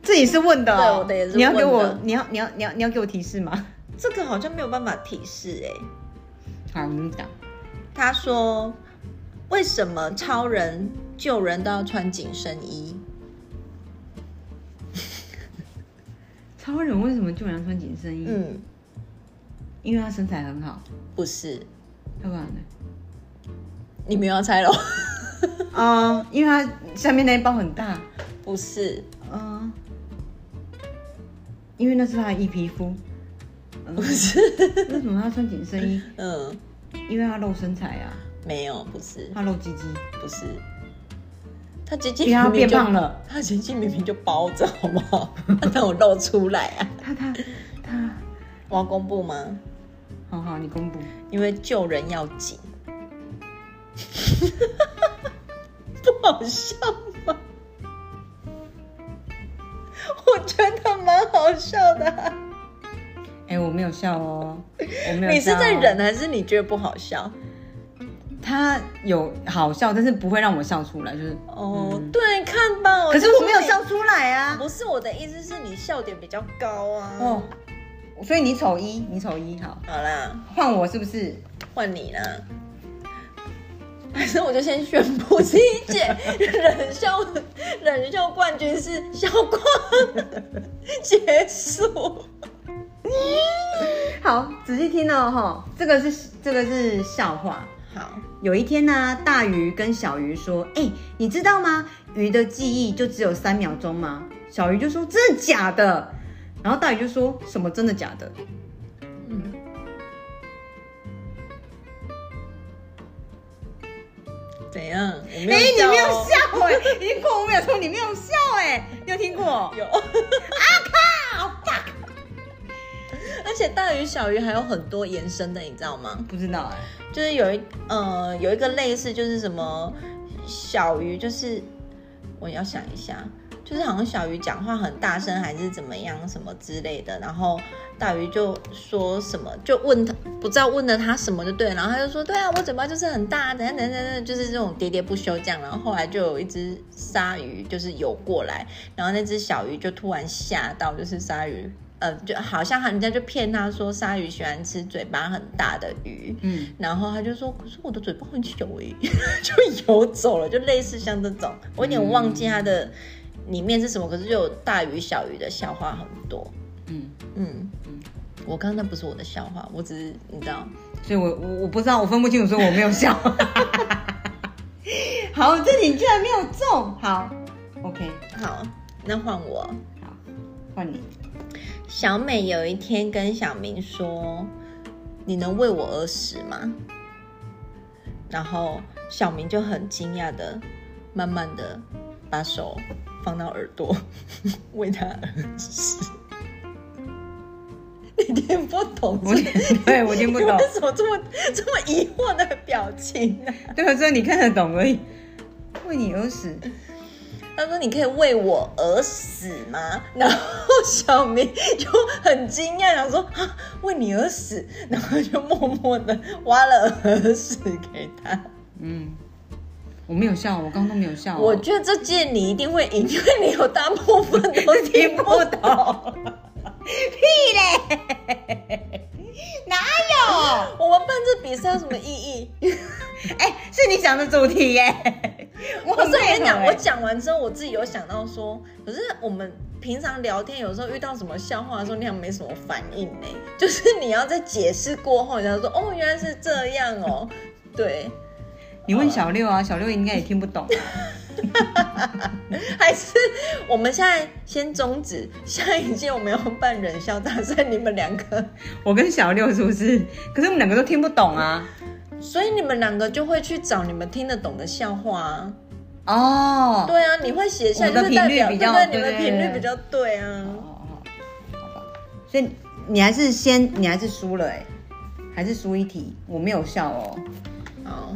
Speaker 1: 这也是问的、哦，
Speaker 2: 对我的也是
Speaker 1: 你要给
Speaker 2: 问
Speaker 1: 我
Speaker 2: 的，
Speaker 1: 你要你要你要你要给我提示吗？
Speaker 2: 这个好像没有办法提示、哎。
Speaker 1: 好，你讲。
Speaker 2: 他说：“为什么超人救人都要穿紧身衣？
Speaker 1: 超人为什么就能穿紧身衣？
Speaker 2: 嗯，
Speaker 1: 因为他身材很好，
Speaker 2: 不是，
Speaker 1: 要不然呢？
Speaker 2: 你没有要猜喽？
Speaker 1: 啊、因为它下面那一包很大，
Speaker 2: 不是，
Speaker 1: 嗯、因为那是它的一皮肤，呃
Speaker 2: 不是，
Speaker 1: 为什么他穿紧身衣？
Speaker 2: 嗯，
Speaker 1: 因为他露身材啊，
Speaker 2: 没有，不是，
Speaker 1: 他露鸡 鸡，
Speaker 2: 不是。他姐姐
Speaker 1: 因为他
Speaker 2: 明
Speaker 1: 变
Speaker 2: 明就
Speaker 1: 胖， 了，
Speaker 2: 他姐姐明明就包着，好不好？ 让我露出来啊！
Speaker 1: 他他他，
Speaker 2: 我要公布吗？
Speaker 1: 好好，你公布，
Speaker 2: 因为救人要紧， 不好笑吗？我觉得蛮好笑的啊、
Speaker 1: 哎、我没有笑哦，我没有笑哦、
Speaker 2: 你是在忍还是你觉得不好笑？
Speaker 1: 他有好笑，但是不会让我笑出来，就是，
Speaker 2: 哦，
Speaker 1: 嗯
Speaker 2: 对，看吧。
Speaker 1: 可是
Speaker 2: 就
Speaker 1: 我
Speaker 2: 说
Speaker 1: 没有
Speaker 2: 你
Speaker 1: 笑，出来啊，
Speaker 2: 不是我的意思是你笑点比较高啊。
Speaker 1: 哦，所以你丑一，你丑一，好，
Speaker 2: 好啦，
Speaker 1: 换我是不是？
Speaker 2: 换你啦。还是我就先宣布，第一届 冷笑冷笑冠军是小光，结束。
Speaker 1: 好，仔细听哦，哈，这个是这个是笑话。
Speaker 2: 好，
Speaker 1: 有一天呢、大鱼跟小鱼说：“哎、你知道吗？鱼的记忆就只有三秒钟吗？”小鱼就说：“真的假的？”然后大鱼就说什么“真的假的
Speaker 2: 嗯，怎样？我”没
Speaker 1: 哎、你没有
Speaker 2: 哦
Speaker 1: 笑哎、 已经过五秒钟，你没有笑哎、你有听过？
Speaker 2: 有啊靠！而且大鱼小鱼还有很多延伸的，你知道吗？
Speaker 1: 不知道哎、
Speaker 2: 就是有一呃有一个类似就是什么小鱼，就是我要想一下，就是好像小鱼讲话很大声还是怎么样什么之类的，然后大鱼就说什么，就问他不知道问了他什么就对了，然后他就说对啊，我嘴巴就是很大，等下等下等下，就是这种喋喋不休这样，然后后来就有一只鲨鱼就是游过来，然后那只小鱼就突然吓到，就是鲨鱼。呃，就好像人家就骗他说鲨鱼喜欢吃嘴巴很大的鱼，
Speaker 1: 嗯，
Speaker 2: 然后他就说：“可是我的嘴巴很小哎、 就游走了，就类似像这种，我有点忘记它的里面是什么，可是就有大鱼小鱼的笑话很多。
Speaker 1: 嗯
Speaker 2: 嗯
Speaker 1: 嗯
Speaker 2: 我刚刚那不是我的笑话，我只是你知道，
Speaker 1: 所以我我我不知道，我分不清楚，所以我没有 笑。好，这题居然没有中，好，OK，
Speaker 2: 好，那换我。
Speaker 1: 好，换你。
Speaker 2: 小美有一天跟小明说：“你能为我而死吗？”然后小明就很惊讶的，慢慢的把手放到耳朵， 为他而死。 你听不懂
Speaker 1: 我
Speaker 2: 这，
Speaker 1: 对我听不
Speaker 2: 你
Speaker 1: 懂
Speaker 2: 为，什么这么这么疑惑的表情啊呢、
Speaker 1: 对我只有你看得懂而已。为你而死，
Speaker 2: 他说：“你可以为我而死吗？” 然后小明就很惊讶，想说：“啊，为你而死。” 然后就默默的挖了耳屎给他。
Speaker 1: 嗯，我没有笑，我刚刚都没有笑、
Speaker 2: 我觉得这届你一定会赢，因为你有大部分都 听不懂。
Speaker 1: 哪有？
Speaker 2: 我们办这比赛有什么意义？
Speaker 1: 哎、是你想的主题耶、我
Speaker 2: 我是
Speaker 1: 没有
Speaker 2: 跟你讲，
Speaker 1: 哎
Speaker 2: 我讲完之后，我自己有想到说，可是我们平常聊天有时候遇到什么笑话的时候，你好像没什么反应呢、就是你要在解释过后，人家说哦，原来是这样哦，对，
Speaker 1: 你问小六啊，小六应该也听不懂、
Speaker 2: 还是我们现在先终止，下一届我们要办忍笑大赛，你们两个，
Speaker 1: 我跟小六是不是？可是我们两个都听不懂啊。
Speaker 2: 所以你们两个就会去找你们听得懂的笑话啊，
Speaker 1: 哦，
Speaker 2: 对啊，你会写下，
Speaker 1: 我们的
Speaker 2: 就是代
Speaker 1: 频率
Speaker 2: 表
Speaker 1: 比较
Speaker 2: 对不对你
Speaker 1: 对
Speaker 2: 们频率比较对啊，
Speaker 1: 哦，好好吧。所以你还是先，你还是输了哎、还是输一题，我没有笑哦。
Speaker 2: 好，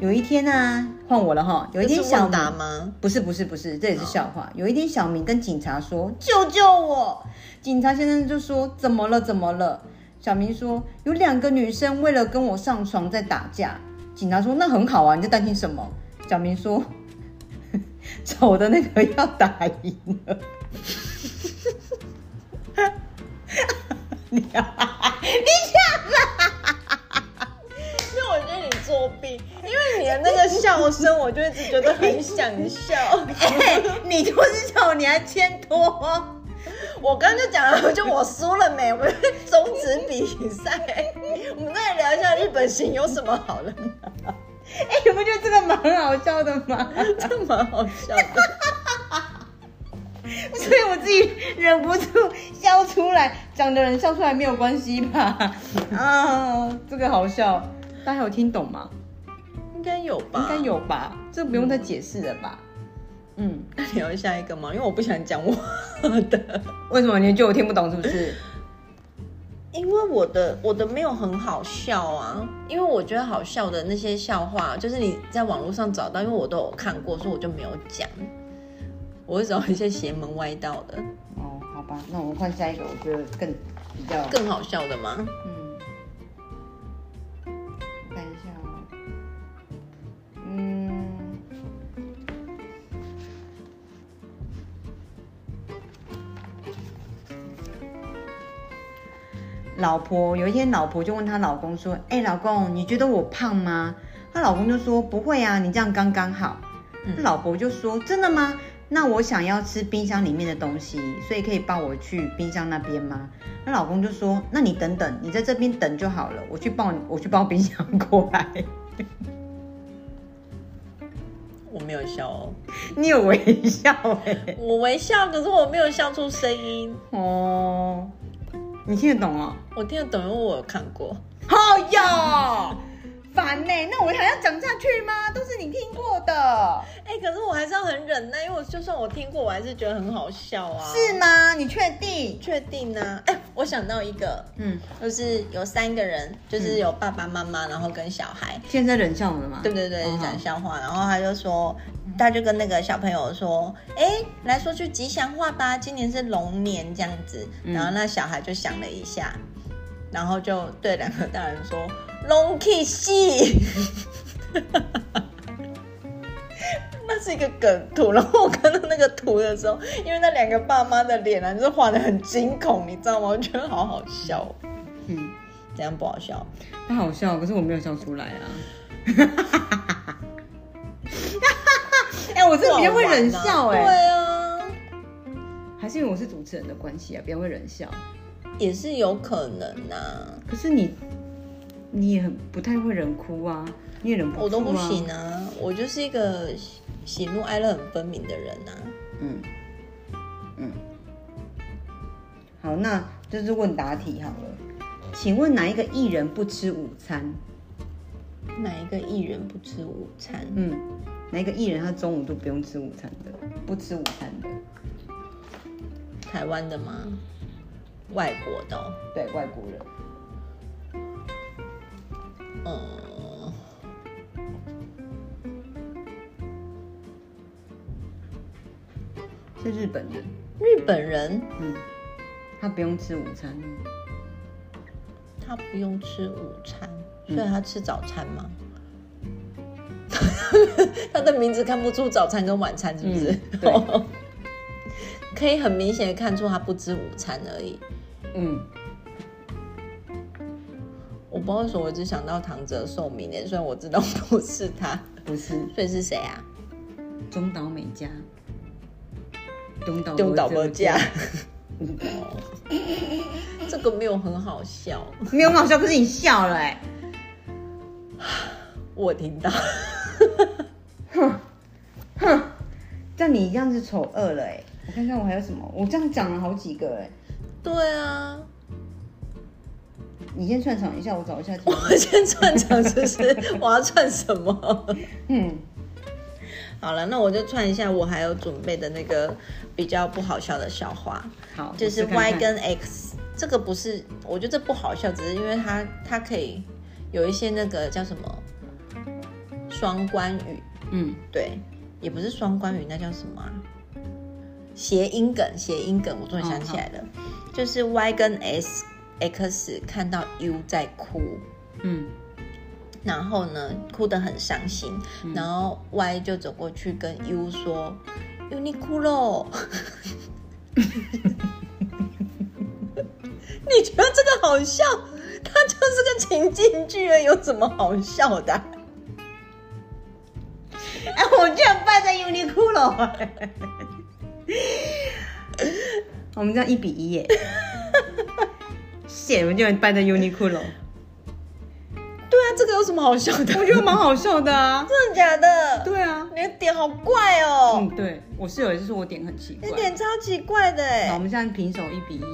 Speaker 1: 有一天呢、啊，换我了哈。有一
Speaker 2: 这
Speaker 1: 天
Speaker 2: 是
Speaker 1: 小
Speaker 2: 问答
Speaker 1: 明，
Speaker 2: 吗？
Speaker 1: 不是不是不是，这也是笑话。有一天小明跟警察说：“救救我！”警察先生就说：“怎么了？怎么了？”小明说：“有两个女生为了跟我上床在打架。”警察说：“那很好啊，你在担心什么？”小明说：“ 丑的那个要打赢 了。”
Speaker 2: 那我觉得你作弊，因为你的那个笑声，我就一直觉得很想笑。
Speaker 1: 哎、你就是丑，你还欠多。
Speaker 2: 我刚刚就讲了，就我输了没？我们终止比赛，我们再聊一下日本行有什么好了，
Speaker 1: 哎、你不觉得这个蛮好笑的吗？
Speaker 2: 这蛮好笑的。
Speaker 1: 所以我自己忍不住笑出来，讲的人笑出来没有关系吧？啊，这个好笑，大家有听懂吗？
Speaker 2: 应该有 吧？
Speaker 1: 应该。有吧？这不用再解释了吧？嗯，
Speaker 2: 那聊下一个吗？因为我不想讲我的，
Speaker 1: 为什么你觉得我听不懂是不是？
Speaker 2: 因为我的我的没有很好笑啊。因为我觉得好笑的那些笑话，就是你在网络上找到，因为我都有看过，所以我就没有讲。我会找一些邪门歪道的。
Speaker 1: 哦，好吧，那我们换下一个，我觉得更比较
Speaker 2: 更好笑的吗？
Speaker 1: 嗯，我看一下哦，嗯，老婆有一天，老婆就问她老公说：“哎、老公，你觉得我胖吗？”她老公就说：“不会啊，你这样刚刚好。
Speaker 2: 嗯
Speaker 1: 老婆就说：“真的吗？那我想要吃冰箱里面的东西，所以可以帮我去冰箱那边吗？”那老公就说：“那你等等，你在这边等就好了，我去抱你，我去抱冰箱过来。
Speaker 2: 我没有笑哦，”
Speaker 1: 你有微笑哎、
Speaker 2: 我微笑，可是我没有笑出声音。
Speaker 1: 哦，你听得懂哦？
Speaker 2: 我听得懂，因为我有看过。
Speaker 1: 好哟，烦呢、那我还要讲下去吗？都是你听过的，
Speaker 2: 哎、可是我还是要很忍耐，因为我就算我听过，我还是觉得很好笑啊。
Speaker 1: 是吗？你确定？
Speaker 2: 确定啊？哎、我想到一个，
Speaker 1: 嗯，
Speaker 2: 就是有三个人，就是有爸爸妈妈，然后跟小孩。
Speaker 1: 现在忍笑了吗？哦
Speaker 2: 对对对，讲笑话，然后他就说，嗯他就跟那个小朋友说：“哎，来说句吉祥话吧，今年是龙年这样子。”
Speaker 1: 嗯
Speaker 2: 然后那小孩就想了一下，然后就对两个大人说：“龙 K 西。” 那是一个梗图，然后我看到那个图的时候，因为那两个爸妈的脸啊，就是画的很惊恐，你知道吗？我觉得好好笑哦，
Speaker 1: 嗯，
Speaker 2: 怎样不好笑？
Speaker 1: 他好笑，可是我没有笑出来啊。 哎、我真的比较会忍笑哎、
Speaker 2: 不好玩啊对啊，
Speaker 1: 还是因为我是主持人的关系啊，比较会忍笑。
Speaker 2: 也是有可能啊，
Speaker 1: 可是你，你也很不太会忍哭啊，你也忍不住、啊、
Speaker 2: 我都不行。啊，我就是一个喜喜怒哀乐很分明的人啊。
Speaker 1: 嗯嗯，好，那就是问答题好了。请问哪一个艺人不吃午餐？
Speaker 2: 哪一个艺人不吃午餐？
Speaker 1: 嗯，哪一个艺人他中午都不用吃午餐的，不吃午餐的？
Speaker 2: 台湾的吗？外国的哦、
Speaker 1: 对，外国人。
Speaker 2: 嗯，
Speaker 1: 是日本人，
Speaker 2: 日本人
Speaker 1: 嗯，他不用吃午餐，
Speaker 2: 他不用吃午餐，
Speaker 1: 嗯
Speaker 2: 所以他吃早餐吗？ 他的名字看不出早餐跟晚餐是不是？
Speaker 1: 嗯对
Speaker 2: 可以很明显的看出他不吃午餐而已。
Speaker 1: 嗯，
Speaker 2: 我不知道为什么，我只想到唐泽寿明耶，虽然我知道不是他，
Speaker 1: 不是
Speaker 2: 所以是谁啊？
Speaker 1: 中岛美嘉，东岛
Speaker 2: 东岛波架。 这个没有很好笑，
Speaker 1: 没有很好笑，可是你笑了哎、
Speaker 2: 我听到。
Speaker 1: 哼，但你这样是丑恶了哎、我看看我还有什么，我这样讲了好几个哎、
Speaker 2: 对啊，
Speaker 1: 你先串场一下，我找一下题目。
Speaker 2: 我先串场，就是 我要串什么？
Speaker 1: 嗯，
Speaker 2: 好了，那我就串一下我还有准备的那个比较不好笑的笑话，
Speaker 1: 好，
Speaker 2: 就
Speaker 1: 我
Speaker 2: 是
Speaker 1: 试看看
Speaker 2: Y 跟 X 这个不是，我觉得这不好笑，只是因为它它可以有一些那个叫什么双关语，
Speaker 1: 嗯
Speaker 2: 对，也不是双关语，那叫什么啊？谐音梗，谐音梗，我终于想起来了，就是 Y 跟 S X 看到 U 在哭，
Speaker 1: 嗯
Speaker 2: 然后呢哭得很伤心，然后 Y 就走过去跟 U 说：“U 你哭哦喽。” 你觉得这个好笑？它就是个情境剧了，有什么好笑的啊、
Speaker 1: 哎、我居然败在 Uniqlo 哎、我们这样一比一耶，谢，我们居然败在 Uniqlo，
Speaker 2: 对啊，这个有什么好笑 的？
Speaker 1: 我觉得蛮好笑的 啊。
Speaker 2: 真的假的？
Speaker 1: 对啊，
Speaker 2: 你的点好怪哦、
Speaker 1: 嗯，对，我室友也是说我点很奇怪
Speaker 2: 你。点超奇怪的
Speaker 1: 好，我
Speaker 2: 哎。
Speaker 1: 们现在平手一比一。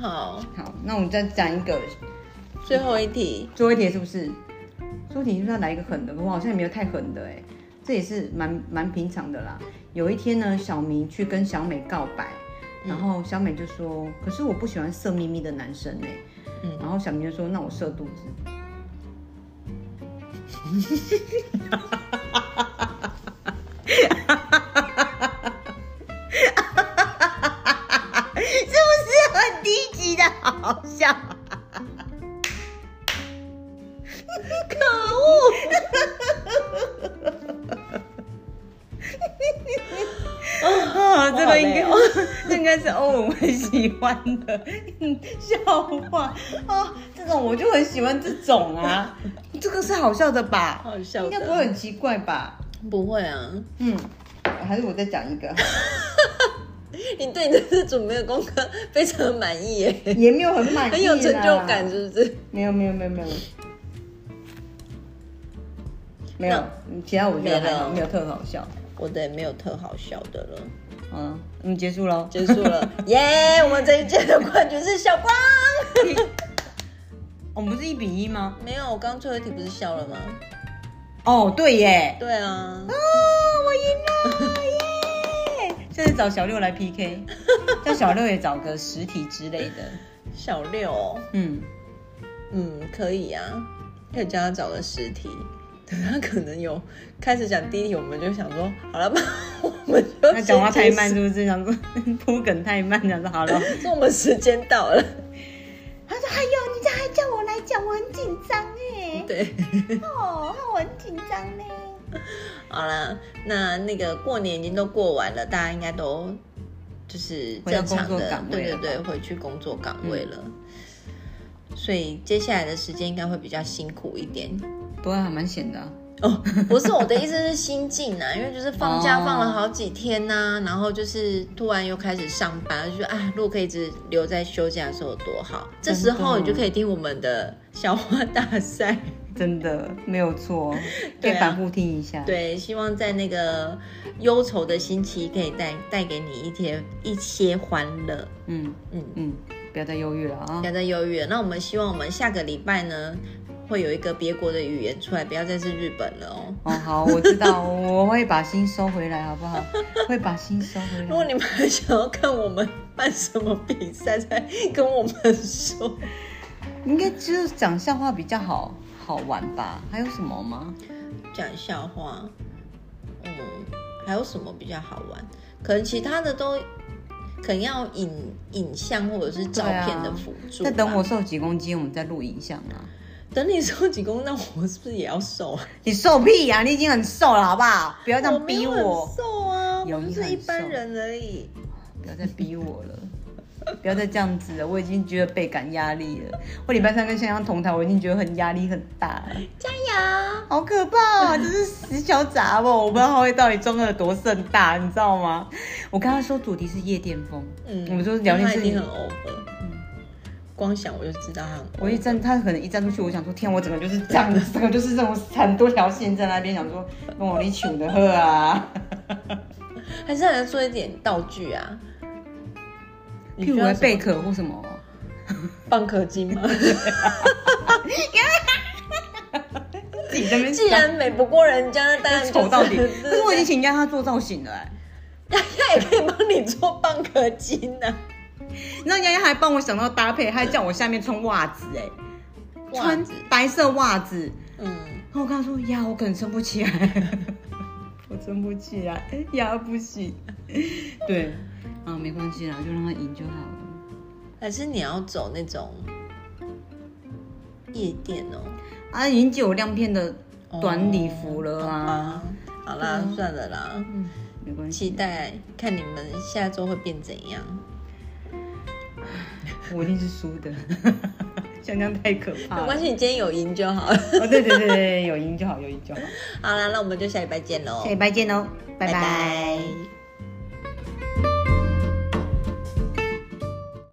Speaker 2: 好，
Speaker 1: 好，那我们再讲一个，
Speaker 2: 最后一题，
Speaker 1: 最后一题是不是？最后一题是不是要来一个狠的？我好像也没有太狠的哎，这也是蛮蛮平常的啦。有一天呢，小明去跟小美告白，然后小美就说：“可是我不喜欢色眯眯的男生哎。”
Speaker 2: 嗯
Speaker 1: 然后小明就说：“那我射肚子。” 是不是很低级的好笑？可恶！ 啊，这个应该
Speaker 2: 我好，哦
Speaker 1: 这应该是欧文会喜欢的嗯笑话啊。这种我就很喜欢这种啊，这个是好笑的吧？
Speaker 2: 好笑的
Speaker 1: 应该不会很奇怪吧？
Speaker 2: 不会啊，
Speaker 1: 嗯，还是我再讲一个，
Speaker 2: 你对你这次准备的功课非常满意耶，
Speaker 1: 也没有很满意，
Speaker 2: 很有成就感，。是不是？
Speaker 1: 没有没有没有没有没有，嗯其他我觉得还好，
Speaker 2: 没了
Speaker 1: 没有特好笑。
Speaker 2: 我的也没有特好笑的了，
Speaker 1: 嗯，我们结束喽。
Speaker 2: 结束 了，耶、我们这一届的冠军是小光。
Speaker 1: 我们不是一比一吗？
Speaker 2: 没有，我刚刚最后一题不是笑了吗？
Speaker 1: 哦，对耶。
Speaker 2: 对啊，
Speaker 1: 哦，我 赢了耶！下次找小六来 PK，叫小六也找个实体之类的。
Speaker 2: 小六哦、
Speaker 1: 嗯，
Speaker 2: 嗯，可以啊，可以叫他找个实体。 等他可能有开始讲第一题，我们就想说，好了 吧，我们就
Speaker 1: 他讲话太慢，
Speaker 2: 先
Speaker 1: 是不是？想说 铺梗太慢，想说好 了。
Speaker 2: 结束，说我们时间到了。
Speaker 1: 他说：“哎呦，你这还叫我来讲，我很紧张哎。
Speaker 2: 对，
Speaker 1: 哦，我很紧张呢。
Speaker 2: 好啦，那那个过年已经都过完了，大家应该都就是
Speaker 1: 回到
Speaker 2: 正常
Speaker 1: 工作
Speaker 2: 的
Speaker 1: 岗，
Speaker 2: 对
Speaker 1: 位
Speaker 2: 对
Speaker 1: 了嗯
Speaker 2: 对，回去工作岗位了。所以接下来的时间应该会比较辛苦一点
Speaker 1: 不过还蛮险的啊、
Speaker 2: 哦，不是我的意思是心 境啊，因为就是放假
Speaker 1: 哦
Speaker 2: 放了好几天呐、然后就是突然又开始上班，就觉得啊，如果可以一直留在休假的时候有多好，这时
Speaker 1: 真
Speaker 2: 候
Speaker 1: 的
Speaker 2: 你就可以听我们的小花大赛。
Speaker 1: 真的哦没有错，可
Speaker 2: 对
Speaker 1: 以
Speaker 2: 啊
Speaker 1: 反复听一下。
Speaker 2: 对，希望在那个忧愁的星期，可以带带给你一些一些欢乐。
Speaker 1: 嗯
Speaker 2: 嗯，
Speaker 1: 嗯，不要再忧郁了啊
Speaker 2: 不！要再忧郁了。那我们希望我们下个礼拜呢，会有一个别国的语言出来，不要再是日本了哦。
Speaker 1: 哦，好，我知道，我会把心收回来，好不好？会把心收回
Speaker 2: 如果
Speaker 1: 来。
Speaker 2: 你们还想要看我们办什么比赛，再跟我们说。
Speaker 1: 应该只有讲笑话比较好好玩吧？还有什么吗？
Speaker 2: 讲笑话，嗯，还有什么比较好玩？可能其他的都可能要影影像或者是照
Speaker 1: 对啊
Speaker 2: 片的辅助
Speaker 1: 那
Speaker 2: 吧。
Speaker 1: 等我瘦几公斤，我们再录影像啊。
Speaker 2: 等你瘦几公斤，那我是不是也要瘦啊？
Speaker 1: 你瘦屁呀、你已经很瘦了，好不好？不要这
Speaker 2: 我
Speaker 1: 样
Speaker 2: 没
Speaker 1: 逼
Speaker 2: 有
Speaker 1: 我，
Speaker 2: 很瘦啊，
Speaker 1: 有
Speaker 2: 我就
Speaker 1: 你
Speaker 2: 是
Speaker 1: 很
Speaker 2: 一般
Speaker 1: 瘦
Speaker 2: 人而已。
Speaker 1: 不要再逼我了。不要再这样子了，我已经觉得倍感压力了。我礼拜三跟香香同台，我已经觉得很压力很大了。
Speaker 2: 加油！
Speaker 1: 好可 怕、哦！这是死小杂哦，我不知道他会到底装的多盛大，你知道吗？我跟他说主题是夜店风，
Speaker 2: 嗯，
Speaker 1: 我们说聊天
Speaker 2: 他
Speaker 1: 室嗯
Speaker 2: 一定很 over。光想我就知道他很 over。
Speaker 1: 我一站，他可能一站出去，我想说天，我整个就是这样子，整个就是这种很多条线在那边，想说跟我你求的喝啊，
Speaker 2: 还是要做一点道具啊，你
Speaker 1: 譬
Speaker 2: 需
Speaker 1: 如
Speaker 2: 要
Speaker 1: 我
Speaker 2: 什么
Speaker 1: 贝壳或什么。
Speaker 2: 蚌壳 精吗？
Speaker 1: 自己在那边
Speaker 2: 既然美不过人家，那当然
Speaker 1: 想
Speaker 2: 就是
Speaker 1: 丑到底，
Speaker 2: 对
Speaker 1: 可是我已经请人家他做造型了、哎，
Speaker 2: 他也可以帮你做蚌壳啊精呢、
Speaker 1: 那人家还帮我想到搭配，还叫我下面穿袜子、哎，
Speaker 2: 袜
Speaker 1: 穿
Speaker 2: 子
Speaker 1: 白色袜子，
Speaker 2: 嗯，
Speaker 1: 然后我跟他说呀，我可能撑不起来， 我撑不起来，呀不行。对，啊没关系啦，就让他赢就好了。
Speaker 2: 还是你要走那种夜店哦，
Speaker 1: 啊，已经有亮片的哦短礼服了啊，
Speaker 2: 哦。好吧好啦，算了啦，
Speaker 1: 嗯，没关系，
Speaker 2: 期待看你们下周会变怎样。
Speaker 1: 我一定是输的。 香香太可怕
Speaker 2: 没
Speaker 1: 了
Speaker 2: 关。系，你今天有赢就好了。
Speaker 1: 哦，对对对对，有赢就好，有赢就好。
Speaker 2: 好啦，那我们就下礼拜见
Speaker 1: 哦
Speaker 2: 喽
Speaker 1: 下，礼拜见喽，拜拜
Speaker 2: 拜